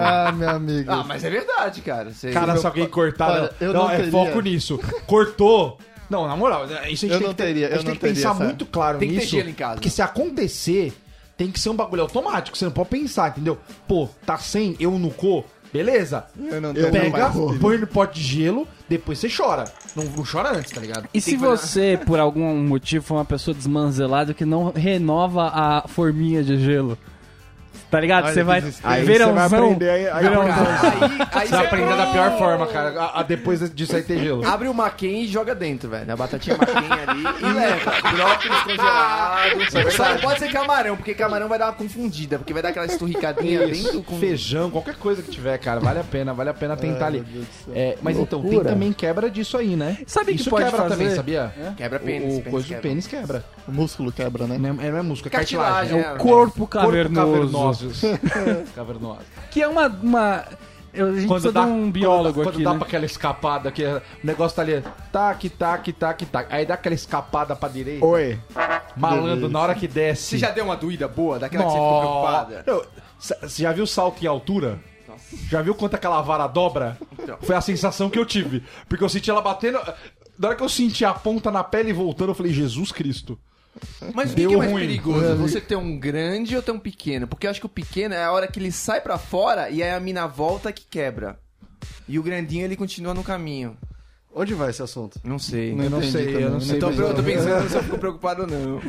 Ah, meu amigo. Ah, mas é verdade, cara. Você- Cara, se alguém cortar, Olha, não, eu não, não é teria. foco nisso. Cortou. Não, na moral, isso a gente Eu tem não que, ter- teria, a gente eu tem não que pensar teria essa- muito claro Tem que ter nisso. gelo em casa. Porque se acontecer, tem que ser um bagulho automático. Você não pode pensar, entendeu? Pô, tá sem, eu no co, beleza. Eu não tenho Pega, mais filho. põe no pote de gelo, depois você chora. Não, não chora antes, tá ligado? E se você, por algum motivo, for uma pessoa desmanzelada que não renova a forminha de gelo? Tá ligado? Você vai. Aí verãozão, você vai aprender, aí- aí verãozão. Aí, aí Você vai aprender da pior forma, cara, a, a depois disso aí ter gelo. um, Abre o maquin e joga dentro, velho. A batatinha maquin ali *laughs* e leva. Brócolis congelado. é Só não pode ser camarão, porque camarão vai dar uma confundida, porque vai dar aquela esturricadinha dentro com... Feijão, qualquer coisa que tiver, cara, vale a pena, vale a pena tentar ali. É, mas então, tem Loucura. também quebra disso aí, né? Sabe o que Isso pode quebra fazer? também, sabia? Quebra O- É. pênis. o coisa do quebra. pênis quebra. O músculo quebra, né? Não é, não é música, é Cartilagem, cartilagem. é. Corpo Corpo cavernoso. *laughs* cavernoso. cavernoso. Que é uma. uma... Eu, a gente precisa de um biólogo quando, aqui. Quando dá né? pra aquela escapada, que é- o negócio tá ali, tac, tac, tac, tac. Aí dá aquela escapada pra direita. Oi. Malandro, na hora que Você desce. já deu uma doída boa, daquela que você ficou Nossa. preocupada? Não, c- Você já viu salto em altura? Já viu quanto aquela vara dobra? Então. Foi a sensação que eu tive. Porque eu senti ela batendo. Na hora que eu senti a ponta na pele e voltando, eu falei, Jesus Cristo. Mas o que Deu que é mais ruim. Uhum. perigoso? Você ter um grande ou ter um pequeno? Porque eu acho que o pequeno é a hora que ele sai pra fora e aí a mina volta que quebra. E o grandinho ele continua no caminho. Onde vai esse assunto? Não sei. eu não sei, eu não sei. Então eu é. tô pensando se eu fico preocupado ou não.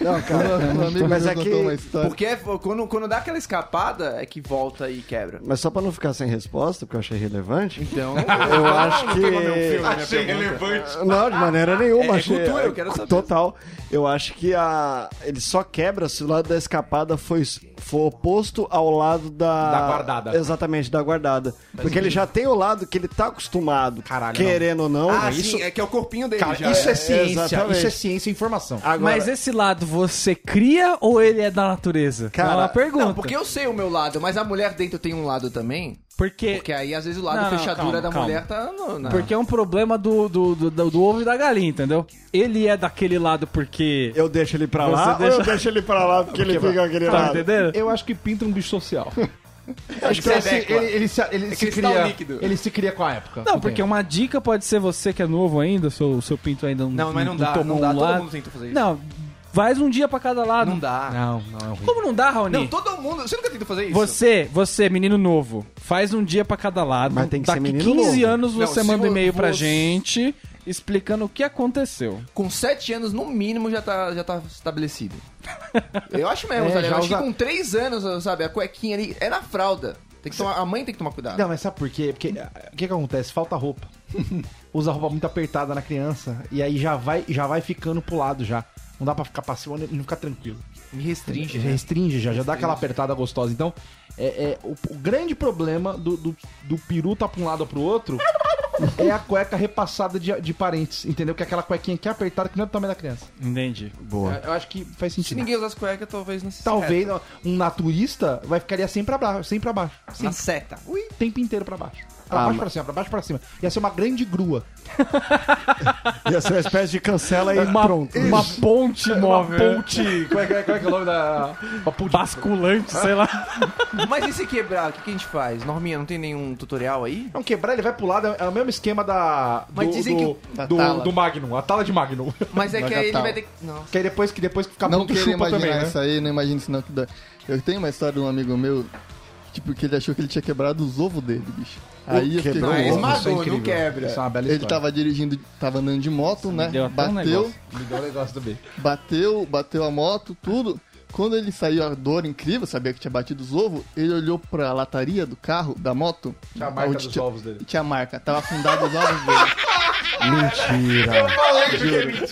Não, cara. Um amigo Mas meu é que- contou uma história. Porque é- quando, quando dá aquela escapada é que volta e quebra. Mas só pra não ficar sem resposta, porque eu achei relevante. Então. Eu acho um que. achei relevante. Não, de maneira nenhuma. É- é achei- cultura, eu quero saber. Total. Eu acho que a... ele só quebra se o lado da escapada foi, foi oposto ao lado da... Da guardada. Exatamente, da guardada. Porque ele já tem o lado que ele tá acostumado, Caralho, querendo ou não. Ah, sim, é que é Ah, o corpinho dele já. isso é, é ciência. exatamente. Isso é ciência e informação. Agora, Mas esse lado você cria ou ele é da natureza? Cara, é uma pergunta. Não, porque eu sei o meu lado, mas a mulher dentro tem um lado também. Porque, Porque aí às vezes o lado Não, não, fechadura calma, da calma. mulher tá no, na... porque é um problema do, do, do, do- do ovo e da galinha, entendeu? Ele é daquele lado porque. eu deixo ele pra lá Você ou eu deixa- deixo ele pra lá porque ele fica aquele Tá lado? entendendo? Eu acho que pinta um bicho social. Acho Então, assim, ele, ele se, ele se É cristal cria, líquido. ele se cria com a época. Não, porque uma dica pode ser você que é novo ainda, seu, seu pinto ainda não Não, mas não dá, tomou não dá, um todo lado. mundo tenta fazer isso. Não, faz um dia pra cada lado. Não dá. Não, não é ruim. Como não dá, Raoni? Não, todo mundo. Você nunca tentou fazer isso? Você, você, menino novo, faz um dia pra cada lado. Mas tem que ser Daqui menino 15 novo. anos Não, você se manda vo- e-mail pra você- gente explicando o que aconteceu. Com 7 anos, no mínimo, já tá, já tá *laughs* estabelecido. Eu acho mesmo, É, sabe? Eu já acho que usa- com 3 anos, sabe, a cuequinha ali é na fralda. Tem que tomar, a mãe tem que tomar cuidado. Não, mas sabe por quê? Porque ah, o que, que acontece? Falta *laughs* roupa. Usa roupa muito apertada na criança e aí já vai, já vai ficando pro lado já. Não dá pra ficar passivo e não ficar tranquilo. Me restringe, Já né? restringe, já, já dá aquela apertada gostosa. Então, é, é, o, o grande problema do, do, do peru tá pra um lado ou pro outro é a cueca repassada de, de parentes, entendeu? Que é aquela cuequinha que é apertada que não é do tamanho da criança. Entendi. Boa. Eu acho que faz Se sentido. Tá ninguém usasse cueca, talvez não se Talvez ó, um naturista vai ficaria sempre pra baixo, sempre pra baixo. Na Sempre, seta. Ui. o tempo inteiro pra baixo. Pra Ah, baixo mas- pra cima, pra baixo pra cima. Ia ser uma grande grua. Ia ser uma espécie de cancela e Uma, pronto. uma *laughs* ponte móvel. Ponte. *laughs* Como é, que é- como é que é o nome da. Uma ponte. Basculante, sei lá. Mas e se quebrar, o que, que a gente faz? Norminha, não tem nenhum tutorial aí? Não, quebrar, ele vai pro lado, é o mesmo esquema da. Mas do, dizem do, Da do, tala. do Magnum, a tala de Magnum. Mas é Mas que já aí ele tá. vai ter que. Nossa. Que aí depois que, depois que ficar Não pronto, queira chupa imaginar também, né? isso aí, não imagina isso não que dá. Eu tenho uma história de um amigo meu, tipo, que ele achou que ele tinha quebrado os ovos dele, bicho. Aí eu fiquei quebrou com Mas ovo. Isso é esmagou, incrível. não quebra. Isso é uma bela Ele história. tava dirigindo, tava andando de moto, né? deu até um bateu, negócio. Me deu um negócio também. bateu, bateu a moto, tudo. Quando ele saiu a dor incrível, sabia que tinha batido os ovos, ele olhou pra lataria do carro, da moto. Tinha a marca onde dos tinha- ovos dele. Tinha a marca, tava afundado os ovos dele. *laughs* é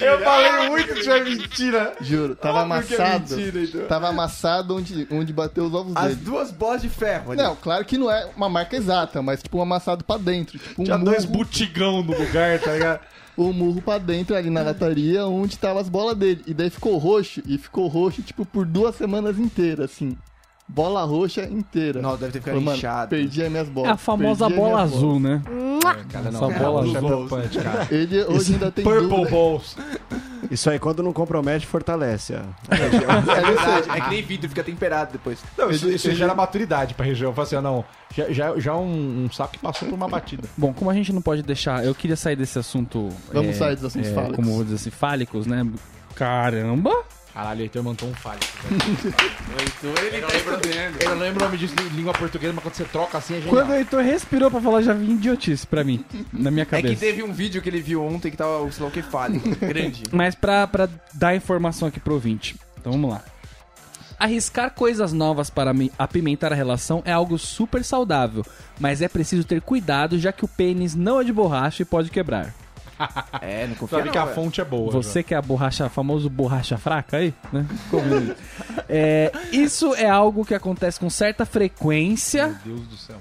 Eu falei muito que é mentira. é Juro, tava amassado. então. Tava amassado onde, onde bateu os ovos As dele. duas bolas de ferro ali. Não, claro que não é uma marca exata, mas tipo um amassado pra dentro. Tipo um Tinha dois murro, butigão no lugar, tá ligado? o murro pra dentro ali Uhum. na lataria onde tava as bolas dele. E daí ficou roxo, e ficou roxo tipo por duas semanas inteiras, assim. Bola roxa inteira. Não, deve ter ficado Falei, mano, inchado. Perdi as minhas bolas. É a famosa perdi as bola minhas bolas. azul, né? Essa bola Os é azul. ovos. *laughs* Ele hoje ainda tem Purple dúvida. Balls. Isso aí, quando não compromete, fortalece. ó. *laughs* É verdade. É que nem vidro, fica temperado depois. Não, isso, isso é gera maturidade pra região. Fala assim, ah, não, já, já, já um, um saco que passou por uma batida. Bom, como a gente não pode deixar, eu queria sair desse assunto. é, Vamos sair dos assuntos fálicos. Como eu vou dizer assim, fálicos, né? Caramba! Caralho, Heitor mandou *laughs* um falho. Ele tá estudando. Eu não lembro o nome disso em língua portuguesa, mas quando você troca assim, a gente. Quando o Heitor respirou pra falar, já vinha idiotice pra mim, na minha É que cabeça. teve um vídeo que ele viu ontem que tava, sei lá o que, fálico. Grande. Mas pra, pra dar informação aqui pro ouvinte. Então vamos lá. Arriscar coisas novas para me- apimentar a relação é algo super saudável, mas é preciso ter cuidado já que o pênis não é de borracha e pode quebrar. É, não confia Sabe não, que a velho. fonte é boa. Você que é a borracha, famoso borracha fraca aí, né? Combina. É, isso é algo que acontece com certa frequência. Meu Deus do céu.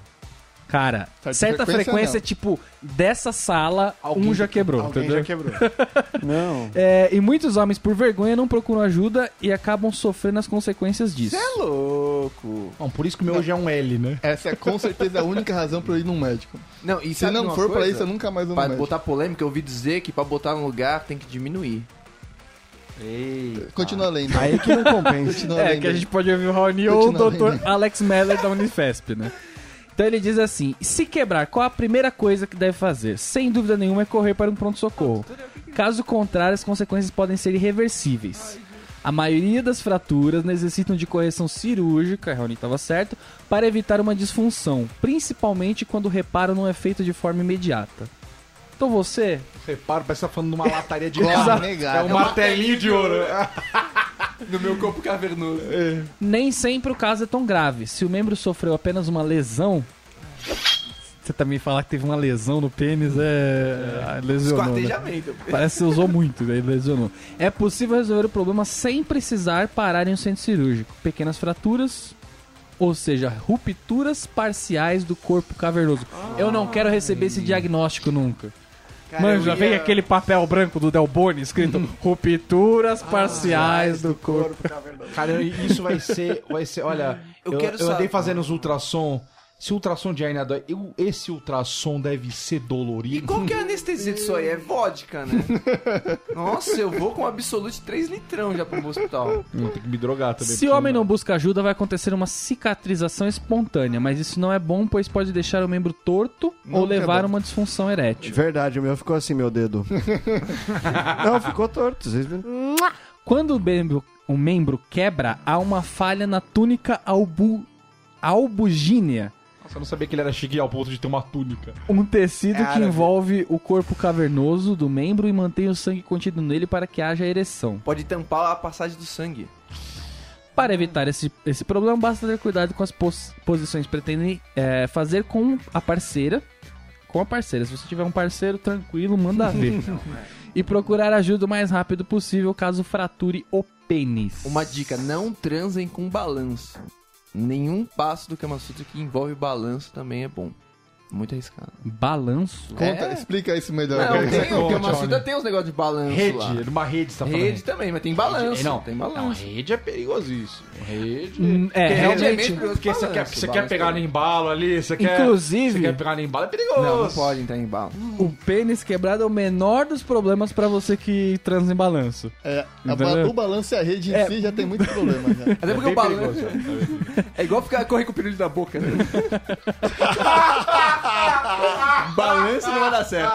Cara, certa, Certa frequência, frequência, é tipo, dessa sala, um já quebrou, Alguém entendeu? já quebrou. Não. É, e muitos homens, por vergonha, não procuram ajuda e acabam sofrendo as consequências disso. É louco. Bom, por isso que o meu hoje é um L, né? Essa é com certeza a única razão pra eu ir num médico. Não, e Se sabe não uma for pra coisa? isso, eu nunca mais vou no Pra médico. botar polêmica, eu ouvi dizer que pra botar no lugar tem que diminuir. Ah. *laughs* Continua lendo. Aí que não *laughs* compensa. Continua É, lendo. que a gente pode ouvir o Raoni ou o Continua Dr. Alex Meller da Unifesp, né? Então ele diz assim: se quebrar, qual a primeira coisa que deve fazer? Sem dúvida nenhuma é correr para um pronto-socorro. Caso contrário, as consequências podem ser irreversíveis. A maioria das fraturas necessitam de correção cirúrgica, Raoni estava certo, para evitar uma disfunção, principalmente quando o reparo não é feito de forma imediata. Então você, Você para, parece que tá falando de uma lataria de Corre, ouro. negado. É um martelinho de ouro. *laughs* No meu corpo cavernoso. Nem sempre o caso é tão grave. Se o membro sofreu apenas uma lesão. Você também falar que teve uma lesão no pênis é. é. Lesionou. né? Esquartejamento. Parece que você usou muito, daí lesionou. É possível resolver o problema sem precisar parar em um centro cirúrgico. Pequenas fraturas, ou seja, rupturas parciais do corpo cavernoso. eu não quero receber esse diagnóstico nunca. Mano, já veio aquele papel branco do Delboni *laughs* escrito rupturas parciais Ah, do corpo. Cara, isso vai ser. Vai ser olha, eu, Eu quero eu andei saber. fazendo os ultrassom. Se ultrassom de hernia dói, eu- esse ultrassom deve ser dolorido. Qual que é a anestesia disso aí? É vodka, né? Nossa, eu vou com absolute 3 litrão já pro hospital. Tem que me drogar também. Se o homem não busca ajuda, vai acontecer uma cicatrização espontânea, mas isso não é bom, pois pode deixar o membro torto ou Nunca é levar bom. uma disfunção erétil. Verdade, o meu ficou assim, meu *laughs* dedo. não, ficou torto. Vocês viram? Quando o membro, o membro quebra, há uma falha na túnica albu, albugínea, Nossa, eu não sabia que ele era chique ao ponto de ter uma túnica. um tecido que Cara, envolve o corpo cavernoso do membro e mantém o sangue contido nele para que haja ereção. Pode tampar a passagem do sangue. Para evitar esse, esse problema, basta ter cuidado com as pos- posições que pretendem eh, fazer com a parceira. Com a parceira. Se você tiver um parceiro, tranquilo, *laughs* manda ver. é. e procurar ajuda o mais rápido possível caso frature o pênis. Uma dica, não transem com balanço. Nenhum passo do Kama Sutra que envolve balanço também é bom. Muito arriscado. Balanço? Conta, explica isso melhor. Não, cara. tem, né? o Kamassutra tem uns negócios de balanço Rede, lá. numa rede, você tá falando. É, Rede também, mas tem balanço. Não, tem Não, balanço. rede é perigosíssimo. Rede. Hum, É, realmente. Porque você quer, você quer pegar no embalo ali, você quer. Inclusive- Você quer pegar no embalo, é perigoso. Não, não pode entrar em bala. O pênis quebrado é o menor dos problemas pra você que transa em balanço. É, a ba Entendeu? o balanço e a rede em É. si já tem muito problema. Já. Até porque o balanço. É igual ficar correr com o pirulho na boca. Né? balanço não vai dar certo.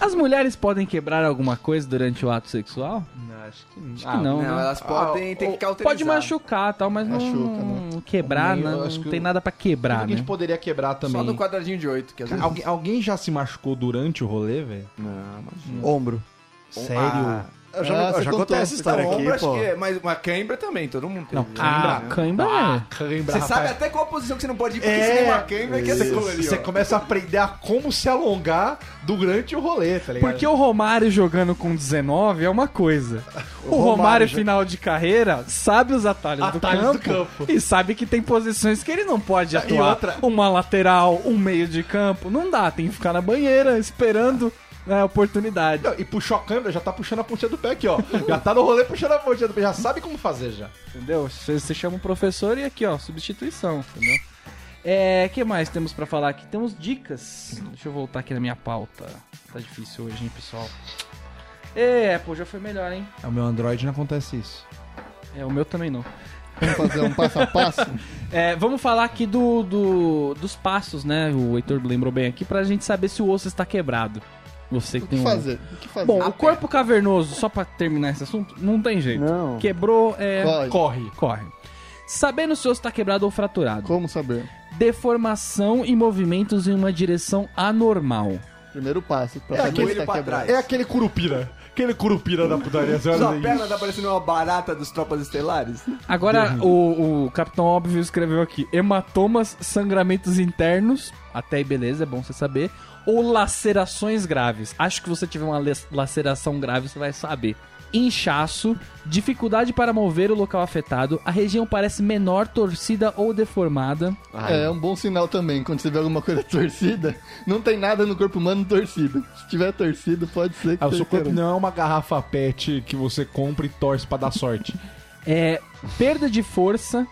As mulheres podem quebrar alguma coisa durante o ato sexual? acho que, Ah, Ah, não. né? elas podem ter que cauterizar. Pode machucar tal, mas não, Machuca, né? não quebrar, Também, né? eu não, acho que tem o- nada pra quebrar, A gente né? poderia quebrar também. Só no quadradinho de 8, que às vezes. Alguém, alguém já se machucou durante o rolê, velho? Não, mas... Ombro. Sério? Eu já, Ah, eu você já contou. contei essa história Não, ombro aqui, acho pô. que é, mas uma cãibra também, todo mundo tem. Não, cãibra. Cãibra Ah, é. Você sabe até qual posição que você não pode ir, porque É. se tem uma cãibra que é essa coisa ali, ó. Você começa a aprender a como se alongar durante o rolê, tá ligado? Porque o Romário jogando com 19 é uma coisa. *laughs* O, Romário, final de carreira, sabe os atalhos, Atalhos do, do campo, e sabe que tem posições que ele não pode atuar. outra- Uma lateral, um meio de campo, não dá, tem que ficar na banheira esperando né, a oportunidade. Não, E puxou a câmera, já tá puxando a pontinha do pé aqui, ó. Já tá no rolê puxando a pontinha do pé, já sabe como fazer já. Entendeu? Você você chama o professor e aqui, ó, substituição, entendeu? É, que mais temos pra falar aqui? Temos dicas. Deixa eu voltar aqui na minha pauta. Tá difícil hoje, hein, pessoal? É, pô, já foi melhor, hein? É, o meu Android não acontece isso. É, o meu também não. Vamos fazer um passo *laughs* a passo? É, vamos falar aqui do, do- dos passos, né? O Heitor lembrou bem aqui, pra gente saber se o osso está quebrado. Você que O que tem um. fazer? O que fazer? Bom, o corpo cavernoso, só pra terminar esse assunto, não tem jeito. Não. Quebrou, é. Corre. Corre. Corre. Sabendo se o osso está quebrado ou fraturado. Como saber? Deformação e movimentos em uma direção anormal. Primeiro passo. Pra saber aquele se tá É, pra quebrado. trás. É aquele curupira. Aquele curupira da putaria. Você Sua olha perna tá parecendo uma barata dos Tropas Estelares. Agora, Uhum. o, o Capitão Óbvio escreveu aqui: hematomas, sangramentos internos, até aí beleza, é bom você saber, ou lacerações graves. Acho que você tiver uma les- laceração grave, você vai saber. Inchaço, dificuldade para mover o local afetado, a região parece menor, torcida ou deformada. É um bom sinal também. Quando você vê alguma coisa *laughs* torcida, não tem nada no corpo humano torcido. Se tiver torcido, pode ser que Ah, o seu corpo queira. não é uma garrafa pet que você compra e torce pra dar sorte. É, perda de força,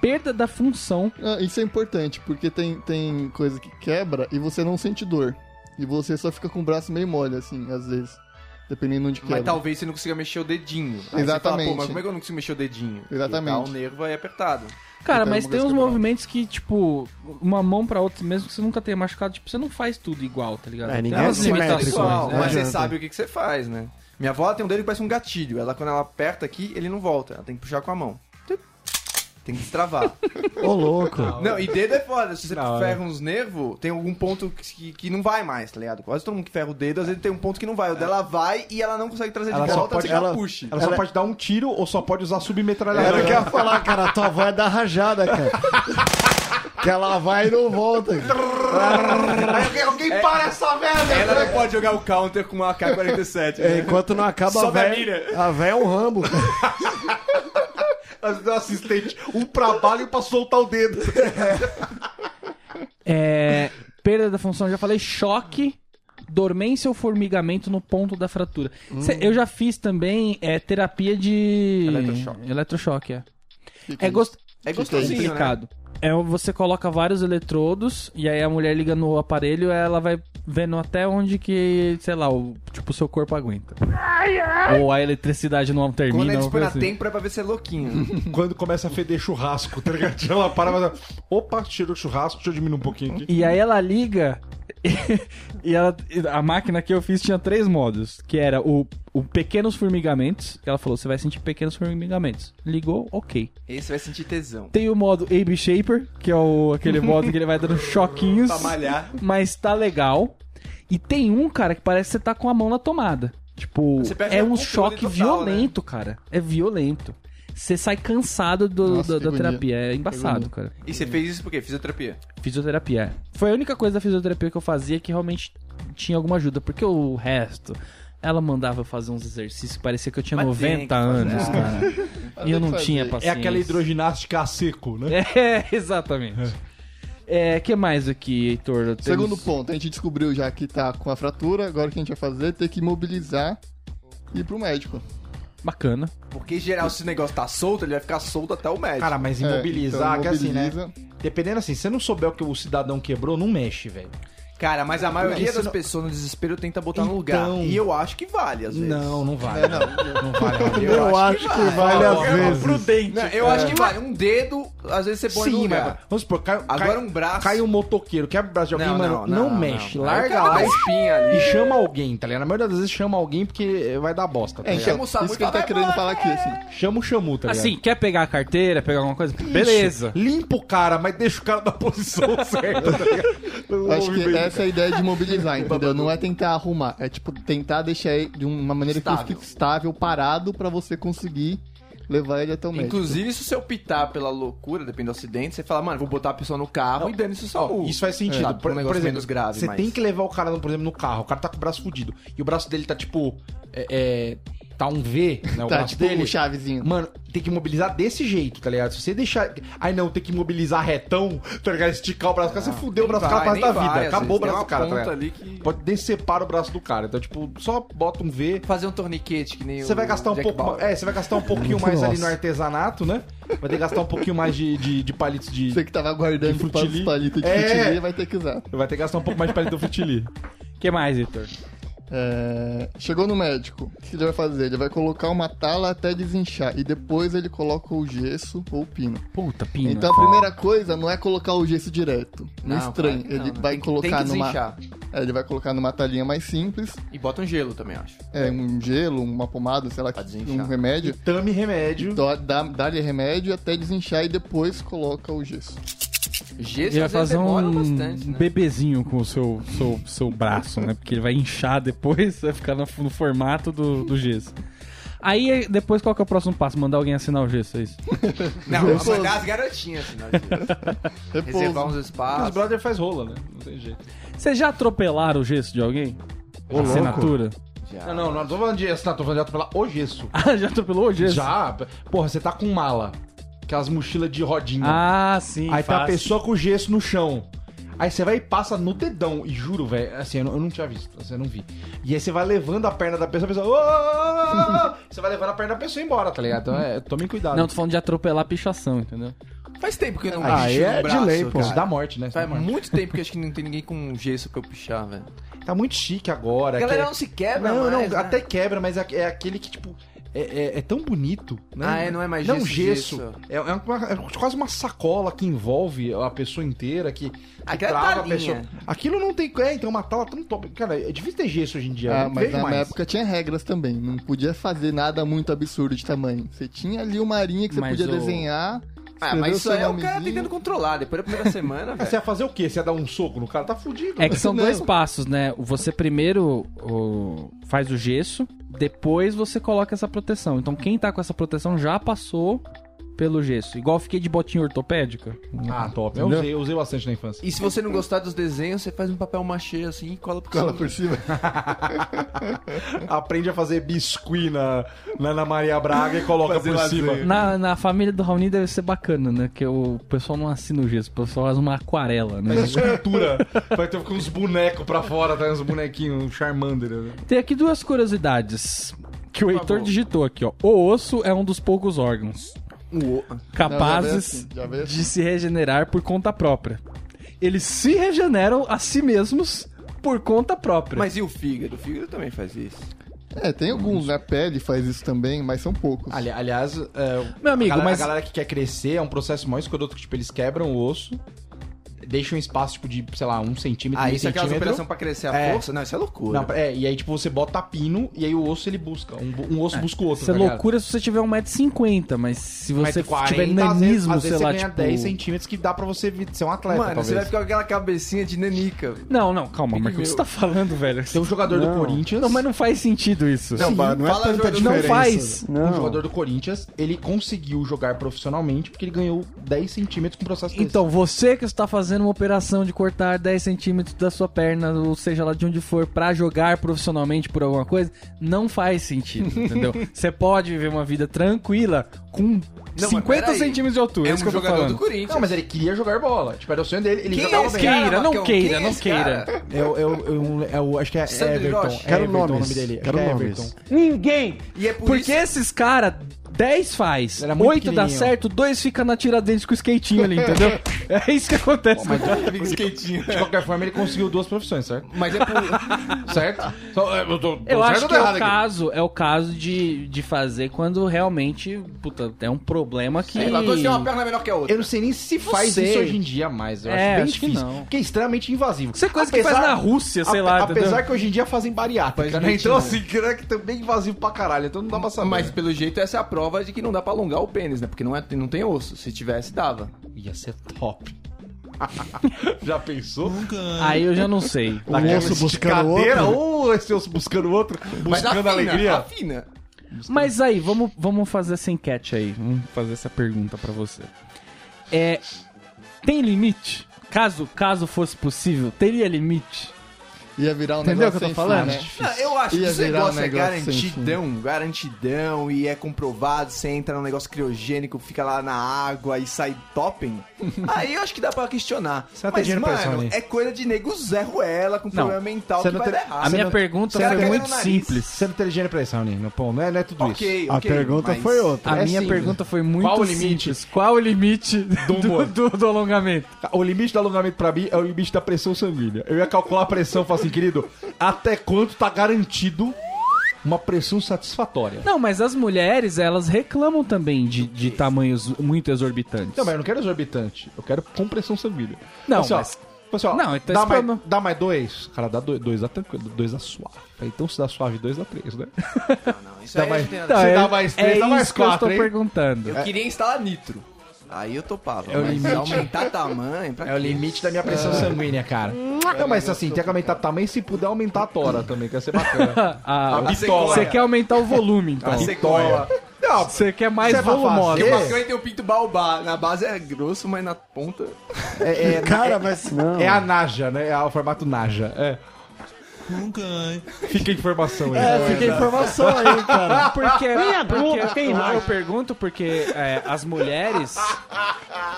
perda da função. Ah, Isso é importante, porque tem, tem coisa que quebra e você não sente dor. E você só fica com o braço meio mole, assim, às vezes. Dependendo onde quebra. Mas talvez você não consiga mexer o dedinho. Aí você Exatamente. Fala, Pô, mas como é que eu não consigo mexer o dedinho? Exatamente. Porque Tá, o nervo aí apertado. Cara, Então, mas tem uma vez uns quebrado. movimentos que, tipo, uma mão pra outra, mesmo que você nunca tenha machucado, tipo, você não faz tudo igual, tá ligado? É, Tem ninguém umas é simétrico, limitações, né? Pessoal, não mas você adianta. sabe o que, que você faz, né? Minha avó ela tem um dedo que parece um gatilho. Ela, quando ela aperta aqui, ele não volta. Ela tem que puxar com a mão. Tem que destravar. Ô, louco. não, e dedo é foda. Se você Da hora. ferra uns nervos, tem algum ponto que, que não vai mais, tá ligado? Quase todo mundo que ferra o dedo, às vezes tem um ponto que não vai. O dela vai e ela tá não consegue trazer Ela de só volta, pode- você ela é. ela- puxe. Ela, só pode dar um tiro ou só pode usar Era o submetralhadora. que É, eu ia falar, cara. Tua avó é da rajada, cara. *laughs* que ela vai e não volta. Alguém para essa merda! Ela não pode jogar o counter com uma AK-47. É, né? enquanto não acaba Sobe a a véia. mira. A véia é um rambo. Ela deu assistente, um pra bala e um pra soltar o dedo. É, perda da função, já falei, choque, dormência ou formigamento no ponto da fratura. Hum. Cê- eu já fiz também é, terapia de. Eletrochoque. Eletrochoque, é. Que que É, gost... É é gostosinho, né? complicado. É, você coloca vários eletrodos e aí a mulher liga no aparelho ela vai vendo até onde que, sei lá, o, tipo, o seu corpo aguenta. Ou a eletricidade não termina. Quando eles ou põem coisa na assim. têmpora é pra ver se é louquinho. *laughs* Quando começa a feder churrasco, tá ligado? Ela para e fala, opa, cheiro churrasco, deixa eu diminuir um pouquinho aqui. E aí ela liga. *laughs* e ela, a máquina que eu fiz tinha três modos. Que era o, o pequenos formigamentos. Que ela falou, você vai sentir pequenos formigamentos. Ligou, ok. *laughs* Esse vai sentir tesão. Tem o modo Abe Shaper, que é o, aquele modo que ele vai *laughs* dando choquinhos. Pra malhar. mas tá legal. E tem um, cara, que parece que você tá com a mão na tomada. Tipo, Você perde é o um controle choque total, violento, cara. É violento. Você sai cansado do- Nossa, da, da que agonia. terapia. É embaçado, cara. E você fez isso por quê? Fisioterapia. Fisioterapia. Foi a única coisa da fisioterapia que eu fazia que realmente tinha alguma ajuda, porque o resto. Ela mandava eu fazer uns exercícios, que parecia que eu tinha Mas tem 90 que fazer. anos, cara. Fazer E eu não que fazer. assim. tinha É *laughs* paciência. aquela hidroginástica a seco, né? É, exatamente. É, que mais aqui, Heitor? Temos- Segundo ponto, a gente descobriu já que tá com a fratura, agora o que a gente vai fazer é ter que mobilizar e ir pro médico. Bacana. Porque, em geral, se o negócio tá solto, ele vai ficar solto até o médico. É, Cara, mas imobilizar, É, então que assim, né? mobiliza. Dependendo assim, se você não souber o que o cidadão quebrou, não mexe, velho. Cara, mas a maioria Isso das não- pessoas no desespero tenta botar no Então. lugar. E eu acho que vale, às vezes. É, Não, não vale. Não, vale. *laughs* Eu, Gabriel. acho que vale às vezes. Prudente. Não, eu acho que vale. Um dedo, às vezes você põe no Sim, mas lugar. vamos supor, cai, Agora cai- um braço. cai um motoqueiro, quebra o braço de alguém, Não, mano, não, não, não, não. Aí mexe. o Larga cara dá lá uma e- espinha ali. e chama alguém, tá ligado? Na maioria das vezes chama alguém porque vai dar bosta. Tá É, ligado? então, Chama o Samu isso e que ele fala, tá "Vai, querendo vai, falar aqui, assim. Chama o chamu, tá ligado? Assim, quer pegar a carteira, pegar alguma coisa? Isso. Beleza. Limpa o cara, mas deixa o cara *laughs* na posição certa, tá ligado? Eu Acho que essa é a ideia de mobilizar, entendeu? Não é tentar arrumar, é tipo tentar deixar ele de uma maneira que ele fique estável, parado, pra você conseguir levar ele até o médico. Inclusive, se você optar pela loucura, depende do acidente, você fala, mano, vou botar a pessoa no carro e dane-se o Ó, SAMU. Isso faz sentido. Sabe, um negócio menos grave, Tá, Você mas- tem que levar o cara, por exemplo, no carro. O cara tá com o braço fudido. E o braço dele tá tipo. é, é, tá um V, né? *laughs* O Tá, braço tipo dele. o chavezinho. Mano, tem que mobilizar desse jeito, tá ligado? Se você deixar. Ai não, tem que mobilizar retão, tá ligado? Esticar o braço do cara, você fudeu o braço do Vai, cara pro Ah, nem resto da vida. vai, às Acabou o vezes. braço Tem do cara, uma tá ponta ligado? ali que... Pode decepar o braço do cara. Então, tipo, só bota um V. Fazer um torniquete que nem Você o vai gastar um Jack pouco. Bauer. É, você vai gastar um pouquinho mais ali no artesanato, né? Vai ter que gastar um pouquinho mais de, de, de palitos de. Você que tava guardando De os frutili. palitos de É. frutili, vai ter que usar. Vai ter que gastar um pouco mais de palito do Frutili. que mais, Heitor? É, Chegou no médico, o que ele vai fazer? Ele vai colocar uma tala até desinchar e depois ele coloca o gesso ou o pino. Puta, pina. Então a primeira coisa não é colocar o gesso direto. Não, é Não, estranho. claro que ele não, né? vai Tem que- tem colocar que numa. desinchar. É, ele vai colocar numa talinha mais simples. E bota um gelo também, eu acho. É, um gelo, uma pomada, sei lá, Pra desinchar. um remédio. Tame remédio. Dó- dá- Dá-lhe remédio até desinchar e depois coloca o gesso. Gesso, Ele vai às vezes, fazer demora um bastante, né? bebezinho com o seu, seu, seu braço, né? Porque ele vai inchar depois, *laughs* vai ficar no, no formato do, do gesso. Aí, é- depois, qual que é o próximo passo? Mandar alguém assinar o gesso, *laughs* é isso? Não, vamos mandar as garotinhas, assim, na *laughs* hora de Repouso. reservar um uns Os espaços. brother faz rola, né? Não tem jeito. Vocês já atropelaram o gesso de alguém? assinatura? Já. Não, não, não tô falando de assinatura, tô falando de atropelar o gesso. Ah, *laughs* já atropelou o gesso? Já, porra, você tá com mala. Aquelas mochilas de rodinha. Ah, sim. Aí tá a fácil. pessoa com gesso no chão. Aí você vai e passa no dedão. E juro, velho, assim, eu não, eu não tinha visto, assim, eu não vi. E aí você vai levando a perna da pessoa, a pessoa. "Ô!" você vai levando a perna da pessoa embora, tá ligado? Então é, tome cuidado. Não, tô falando de atropelar a pichação, entendeu? Faz tempo que eu não Ah, picho aí no é de um braço, lei, pô. cara. Tá, Isso dá morte, né? Isso Faz dá morte. muito tempo que eu acho que não tem ninguém com gesso pra eu pichar, velho. Tá muito chique agora. A que galera é- não se quebra Não, mais, não, né? até quebra, mas é, é aquele que, tipo, é, é- é tão bonito. Né? Ah, é, não é mais Não gesso, gesso. gesso. É, é uma- é quase uma sacola que envolve a pessoa inteira, que, que Aquela talinha. Aquilo não tem. É, então uma tala tão top. Cara, é difícil ter gesso hoje em dia. Ah, eu não mas vejo na mais. época tinha regras também. Não podia fazer nada muito absurdo de tamanho. Você tinha ali uma arinha que você Mas podia o- desenhar. Ah, mas escrever isso seu aí é o cara nomezinho. tentando controlar. Depois da primeira semana, *laughs* Ah, Você velho. ia fazer o quê? Você ia dar um soco no cara? Tá fudido. É que são Não. dois passos, né? Você primeiro o- faz o gesso, depois você coloca essa proteção. Então quem tá com essa proteção já passou pelo gesso. Igual eu fiquei de botinha ortopédica. Ah, top. Eu Entendeu? usei, eu usei bastante na infância. E se você não gostar dos desenhos, você faz um papel machê assim e cola pro Cola por cima. Aprende a fazer biscuit na, na Ana Maria Braga e coloca por cima. Na, na família do Raoni deve ser bacana, né? Que o pessoal não assina o gesso, o pessoal faz uma aquarela, né? Tá *laughs* escultura. Vai ter uns bonecos pra fora, tá? Uns bonequinhos, um Charmander. né? Tem aqui duas curiosidades que o Heitor favor. digitou aqui, ó. O osso é um dos poucos órgãos Um capazes Não, já veio assim, já veio assim. de se regenerar por conta própria. Eles se regeneram a si mesmos por conta própria. Mas e o fígado? O fígado também faz isso. É, tem alguns, né? A pele faz isso também, mas são poucos. Ali- aliás, é, Meu amigo, a, galera, mas- a galera que quer crescer é um processo mais escroto que, tipo, eles quebram o osso, deixam um espaço, tipo, de, sei lá, um centímetro, Ah, meio isso é aquelas centímetro. operações pra crescer a É. força? Não, isso é loucura. Não, é, e aí, tipo, você bota pino e aí o osso ele busca. Um, bo- um osso busca o outro. Isso é tá ligado? loucura se você tiver 1,50m, mas se Mas você 40, tiver às vezes- nanismo, às sei vezes lá, você ganha tipo... 10 centímetros que dá pra você vi- ser um atleta, Mano, talvez. você vai ficar com aquela cabecinha de nanica. É Não, não, calma, Marco, o que você tá falando, velho? Tem um jogador do Corinthians... Não, mas não faz sentido isso. Não, mas não é Fala, tanta Jordan, Não diferença. faz. Não. Um jogador do Corinthians, ele conseguiu jogar profissionalmente porque ele ganhou 10 centímetros com processo desse. é. Então, você que está fazendo uma operação de cortar 10 centímetros da sua perna, ou seja lá de onde for, pra jogar profissionalmente por *laughs* alguma coisa, não faz sentido, entendeu? Você pode viver uma vida tranquila com Não, mas 50 peraí. centímetros de altura, É é um isso que eu tô jogador do falando. Corinthians. Não, mas é ele queria jogar bola. Tipo, era o sonho dele. Ele Quem é jogava esse bem. queira? Não Marcão? queira, Quem é não esse queira. cara? É o- é o- eu não- é o- acho que é Sandro Everton. Hiroshi. É Quero Everton o nomes. nome dele. Acho Quero que é nomes. Everton. Ninguém. E é por Porque isso... esses caras, 10 faz, Era muito 8 dá pequenininho. certo, 2 fica na tira deles com o skatinho ali, *laughs* entendeu? é isso que acontece. com o cara. Fica skatinho. De qualquer forma, ele conseguiu duas profissões, certo? Mas é por... *laughs* Certo? Só, eu tô, tô Eu certo acho ou que tô é errado o aqui? caso, é o caso de, de fazer quando realmente, puta, é um problema que... Sei lá, quando você tem uma perna melhor que a outra. Eu não sei nem se faz sei. isso hoje em dia mais. Eu acho É, bem acho que difícil. não. Porque é extremamente invasivo. Isso é coisa que faz na Rússia, sei ape- lá, Apesar entendeu? que hoje em dia fazem bariátrica, né? Então, assim, *laughs* que é que também invasivo pra caralho. Então não dá pra saber. Mas pelo jeito essa é a prova de que não dá pra alongar o pênis, né? Porque não, é, não tem osso. Se tivesse, dava. ia ser top. *laughs* Já pensou? Aí eu já não *laughs* sei. Um osso buscando Cadeira, outro. ou esse osso buscando outro, Mas buscando alegria. Afina. Mas aí, vamos, vamos fazer essa enquete aí. Vamos fazer essa pergunta pra você. É, tem limite? Caso, caso fosse possível, teria limite? Ia virar um Entendeu o negócio que eu tô sem falando? fim, né? Ah, eu acho Ia que esse virar um negócio, é negócio sem garantidão, garantidão, e é comprovado, você entra num negócio criogênico, fica lá na água e sai *laughs* topping. Aí eu acho que dá pra questionar. Você não tem Mas, dinheiro pra isso, mano, Rony. é coisa de nego Zé Ruela com problema mental você que não vai tem- dar Ah, errado. A minha não- pergunta Será que foi é muito no nariz? simples. Você não tem dinheiro pra isso, Raoni. Meu pão, né? não é, não é tudo isso. Ok, A ok, pergunta mas- foi outra. A É minha sim. pergunta foi muito assim. Qual o limite? simples. Qual o limite do, do, do alongamento? O limite do alongamento pra mim é o limite da pressão sanguínea. Eu ia calcular a pressão e falar assim, querido, até quanto tá garantido uma pressão satisfatória? Não, mas as mulheres, elas reclamam também de, de tamanhos muito exorbitantes. Não, mas eu não quero exorbitante. Eu quero com pressão sanguínea. Não, assim, ó, mas- assim, ó, Não, então dá, esse mais, problema- dá mais dois? Cara, dá dois, dois dá tranquilo, dois dá suave. Então se dá suave dois, dá três, né? Não, Tá, isso aí mais- não tem nada a Então, ver. Se é, dá mais três, é dá mais isso que eu quatro, estou hein? perguntando. Eu queria instalar nitro. Aí eu topava. É. o mas limite. aumentar tamanho, pra É o quê? limite da minha pressão sanguínea, cara. Não, mas assim, tem que aumentar também se puder aumentar a tora também, que ia ser *laughs* bacana. Ah, A você sequoia. quer aumentar o volume, então. A sequoia. Não, Você quer mais Isso é pra volumosa. fazer? O Marcão tem o pinto baobá. Na base é grosso, mas na ponta... é, é, Cara, mas não. é a Naja, né? É o formato Naja. É. Fica a informação aí. né? É, fica a informação aí, cara. Porque, porque eu, eu pergunto porque é, as mulheres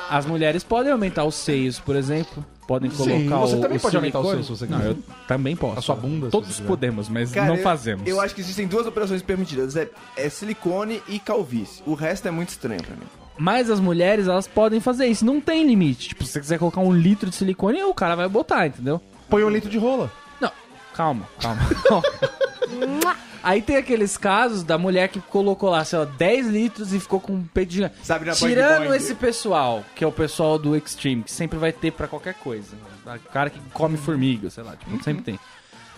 as mulheres podem aumentar os seios, por exemplo, podem colocar Você o, também o pode aumentar os silicone. seus, se você Não, quiser. eu também posso. A sua bunda, se Todos você quiser. podemos, mas Cara, não eu- fazemos. Eu, acho que existem duas operações permitidas. É, é silicone e calvície. O resto é muito estranho pra mim. Mas as mulheres, elas podem fazer isso, não tem limite. Tipo, se você quiser colocar um litro de silicone, o cara vai botar, entendeu? Põe um litro de rola. Não, calma, calma. *laughs* calma. Aí tem aqueles casos da mulher que colocou lá, sei lá, 10 litros e ficou com um peito gigante. Sabe, na Tirando Bang Bang. esse pessoal, que é o pessoal do Extreme, que sempre vai ter pra qualquer coisa. né? O cara que come formiga, sei lá, tipo, sempre tem.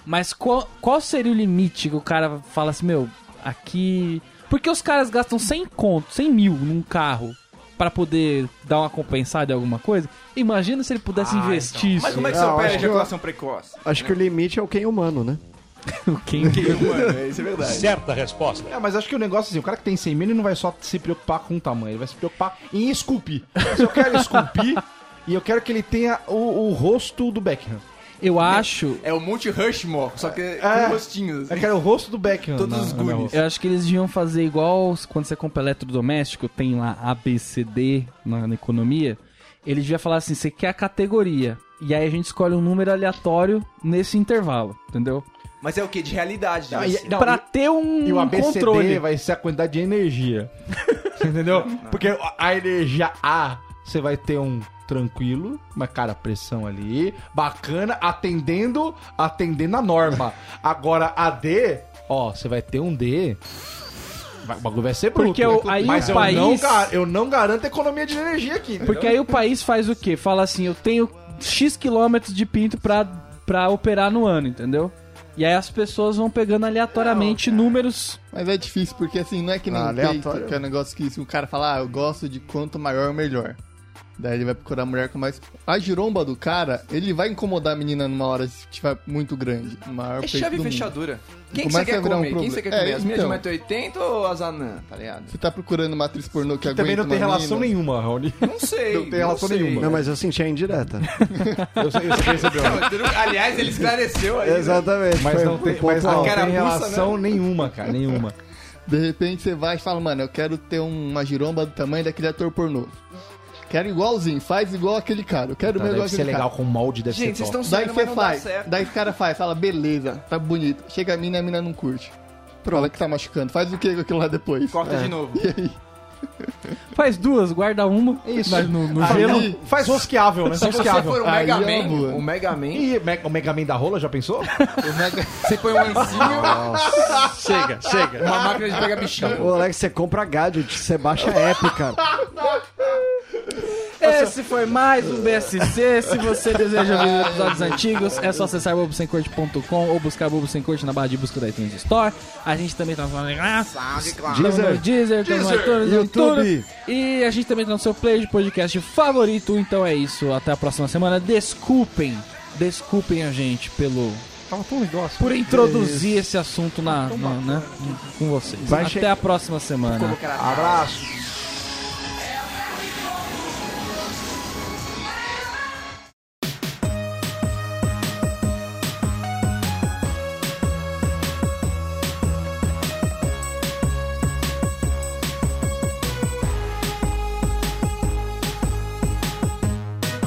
Mas qual, qual seria o limite que o cara fala assim, meu, aqui... Porque os caras gastam 100 conto, 100 mil num carro pra poder dar uma compensada em alguma coisa. Imagina se ele pudesse investir isso. Mas como é que Não, você opera a acho que eu- ejaculação precoce? *laughs* Acho que o limite é o quem é humano, né? *laughs* Quem- Que, mano, isso é verdade. É, mas acho que o negócio é assim, o cara que tem 100 mil ele não vai só se preocupar com o tamanho, ele vai se preocupar em esculpir. Se eu quero *laughs* esculpir, e eu quero que ele tenha o, o rosto do Beckham. *laughs* Eu acho... É o Monte Rushmore, só que com rostinhos. Eu assim. quero o rosto do Beckham. Todos os minha Goonies. roupa. Eu acho que eles deviam fazer igual os- quando você compra eletrodoméstico, tem lá ABCD na, na economia. Ele devia falar assim: você quer a categoria. E aí a gente escolhe um número aleatório nesse intervalo, entendeu? Mas é o que? De realidade. Não, né? e- não, pra e- ter um E o ABCD controle. vai ser a quantidade de energia. Você entendeu? Porque a- a energia A, você vai ter um tranquilo, mas cara, pressão ali, bacana, atendendo, atendendo a norma. Agora a D, ó, você vai ter um D. vai- O bagulho vai ser bruto. né? Porque o- aí mas o eu, não, país- ga- eu não garanto a economia de energia aqui. Porque aí o país faz o quê? Fala assim: eu tenho X quilômetros de pinto pra, pra operar no ano, entendeu? E aí as pessoas vão pegando aleatoriamente números. Mas é difícil, porque assim, não é que nem Ah, peito, aleatório. que é um negócio que se o cara falar, ah, eu gosto de quanto maior, melhor. Daí ele vai procurar a mulher com mais... A giromba do cara, ele vai incomodar a menina numa hora se tiver muito grande. O maior É peito chave e do mundo. fechadura. Quem que Começa você quer a virar um comer? Quem problema. você quer É, comer? As minhas então. de 1,80m ou as anãs, tá ligado? Você tá procurando uma atriz pornô que, aguenta Também não tem uma relação menina? nenhuma, Raoni. Não sei. Não tem relação sei. nenhuma. Não, mas eu senti a indireta. Eu sei, você percebeu. né? Não, tu não- Aliás, *laughs* ele esclareceu aí. né? *laughs* Exatamente. Mas foi não um tem, ponto mas não alto. Carapuça, né? *laughs* tem relação nenhuma, cara, nenhuma. De repente você vai e fala, mano, eu quero ter um, uma giromba do tamanho daquele ator pornô. Quero igualzinho, faz igual aquele cara. Eu Então quero mesmo igual deve ser aquele legal cara. com molde, deve Gente, ser vocês top. estão Daí saindo, você mas não dá faz, certo. daí o cara faz, fala, beleza, tá bonito. Chega a mina e a mina não curte. Fala que tá machucando, faz o que com aquilo lá depois? Corta de novo. É. E aí? Faz duas, guarda uma. É isso. Mas no, no Ah, gelo. não, Faz rosqueável, né? Se você for Rosqueável. um Aí Mega é uma Man, boa. um Mega Man, E Me- o Mega Man da rola, já pensou? você põe um ancinho, *laughs* Chega, chega. uma máquina de pegar bichinho. Ô, Alex, você compra gadget, você baixa app, *laughs* cara. Esse foi mais um BSC. Se você deseja ver os episódios antigos, é só acessar bobosemcorte.com ou buscar Bobo Sem Corte na barra de busca da iTunes Store. A gente também tá no Tamo no Deezer, Deezer, tamo no iTunes, no YouTube. tudo. E a gente também tá no seu play de podcast favorito. Então é isso. Até a próxima semana. Desculpem, desculpem a gente pelo... Tava tão legal assim. Por introduzir esse assunto na, na- né, com vocês. Vai Até chegar- a próxima semana. Abraço.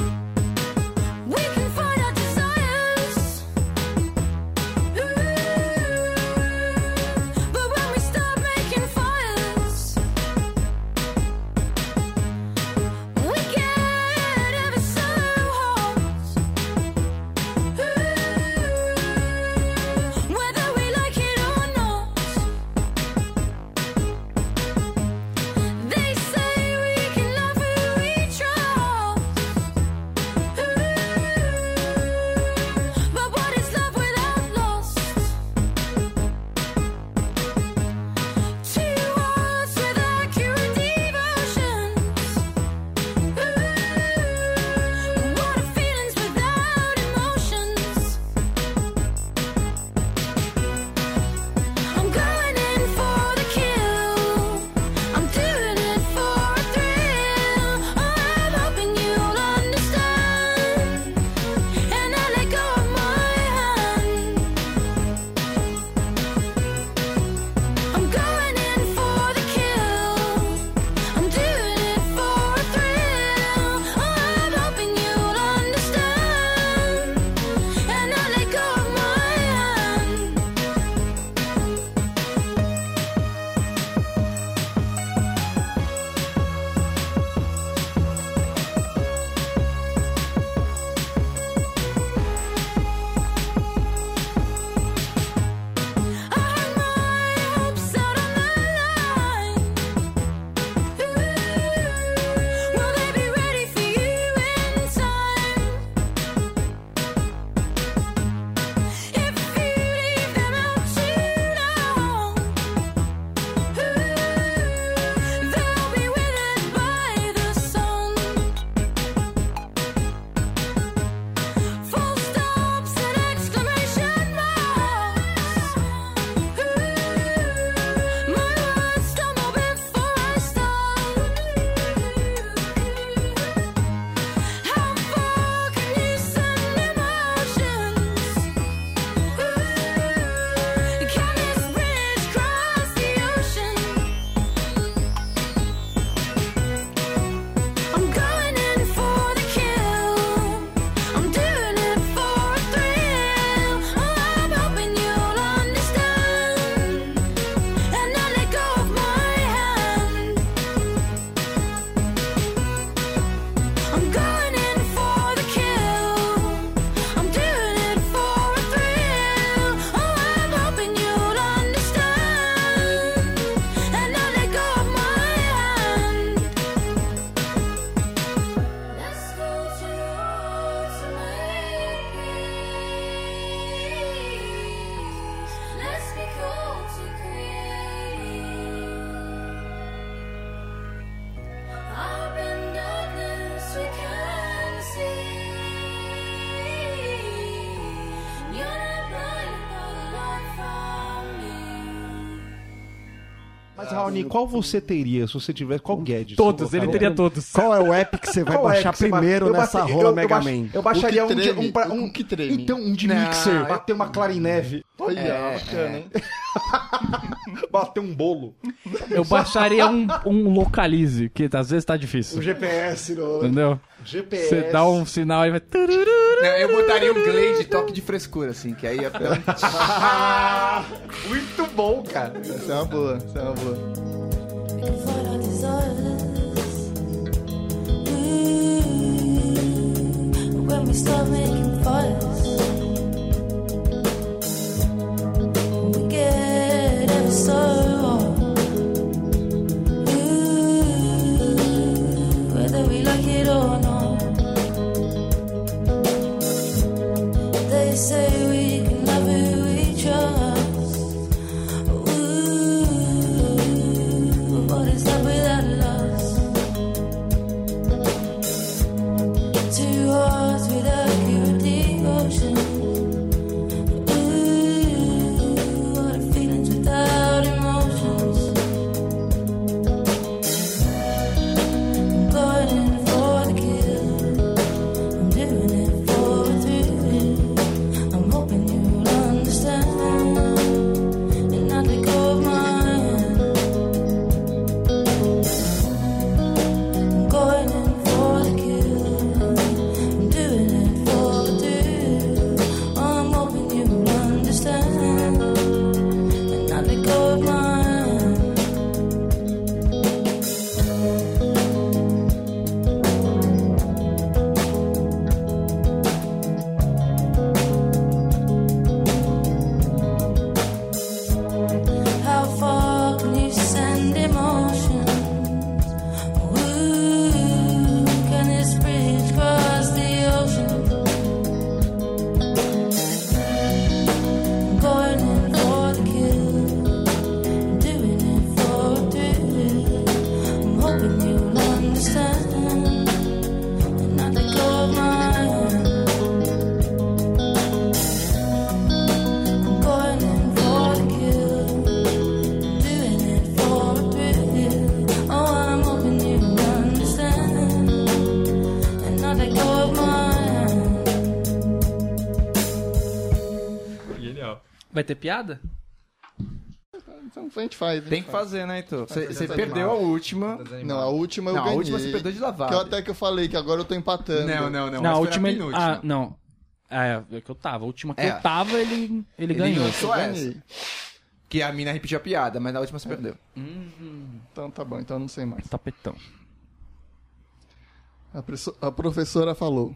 We can find our desires, but when we start making fires, we get ever so hot. Whether we like it or not, they say we can love who we trust. But what is love without loss? Two hearts with accurate devotions. What are feelings without emotions? I'm going in for the kill. I'm doing it for a thrill. I'm hoping you'll understand. And I let go of my hand. I'm going in for the kill. I'm doing it for a thrill. I'm hoping you'll understand. And I let go of my hand. I hung my hopes out on the line. Will they be ready for you in time? If you leave them out too long, they'll be withered by the sun. Full stops and exclamation marks. My words stumble before I start. How far can you send emotions? Can this bridge cross the ocean? I'm going in for the kill. I'm doing it for a thrill. Oh, I'm hoping you'll understand. And I let go of my hand. I'm going in for the kill. I'm doing it for a thrill. Oh, I'm hoping you'll understand. And I let go of my hand. Let's go to ultimate peace. Let's be called to create. Up in darkness we can see. You're not blinded by the light from me. Mas, Raoni, qual você teria se você tivesse? Qual gadget? Todos, você ele colocaria? teria todos. Qual é o app que você vai Qual é baixar que você vai- primeiro Eu bate- nessa eu- rola eu Mega baix- Man? Eu baixaria O que um de, treme, um, pra, o um que treme. Ah. É, Então, um de mixer, bater uma clarineve. Olha, bacana, hein? bater um bolo. Eu baixaria um, um localize, que às vezes tá difícil. GPS, no... Entendeu? é GPS. Você dá um sinal e vai. Não, eu botaria um Glade toque de frescura, assim, que aí é pra- Ah, Muito bom, cara. Isso é uma boa, isso é uma boa. for our desires. Mm, When we start making fuss, we get ever so wrong. Mm, Whether we like it or not, they say we can love who we trust. Ooh, what is love without lust? Two hearts without pure devotion. Ooh, what are feelings without emotions? I'm going in for the kill. I'm doing it for the thrill. I'm hoping you'll understand and I think of mine. I'm going in for the kill. I'm doing it for the thrill. I'm hoping you'll understand. And I think of mine. How far can you send emotions? Ooh, can this bridge cross the ocean? I'm going in for the kill, I'm doing it for a thrill. I'm hoping you'll understand, and I think of mine. I'm going in for the kill. Doing it for a thrill. Oh, I'm hoping you understand, and not let go of my hand. Genial. Vai ter piada? Então a gente faz. a gente Tem que faz. fazer, né, Heitor? Você você tá perdeu a última. Não, a última eu Não, a ganhei. última você perdeu de Que eu lavada. até que eu falei que agora eu tô empatando. Não, não, não. não, a essa foi última. ele- penúltima. Ah, não. Ah, é, é que eu tava. A última que É. eu tava, ele, ele ganhou. ganhou. Só Eu é essa. ganhei. Que a mina repetiu a piada, mas na última É. você perdeu. Então tá bom, então eu não sei mais. Tapetão. A, presso- a professora falou: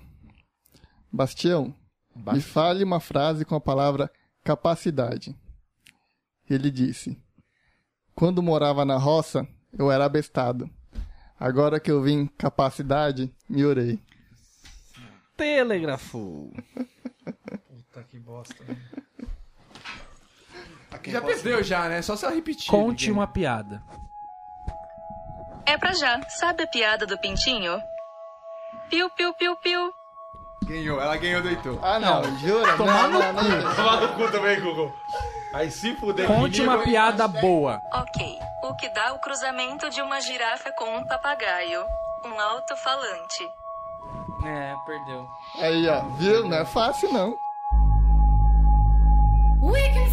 Bastião, me fale uma frase com a palavra capacidade. Ele disse: Quando morava na roça, eu era abestado. Agora que eu vim capacidade, me orei. Telegrafou. Já perdeu já, né? Só se ela repetir. Conte uma piada. É pra já. Sabe a piada do pintinho? Piu, piu, piu, piu. Ganhou, ela ganhou do Heitor. Ah, não, jura? Tomar não, não, não, não. Lá no cu também, Google. Aí se fuder. Conte uma piada boa. Ok. O que dá o cruzamento de uma girafa com um papagaio? Um alto-falante. É, perdeu. Aí, ó, viu? Não é fácil, não. We can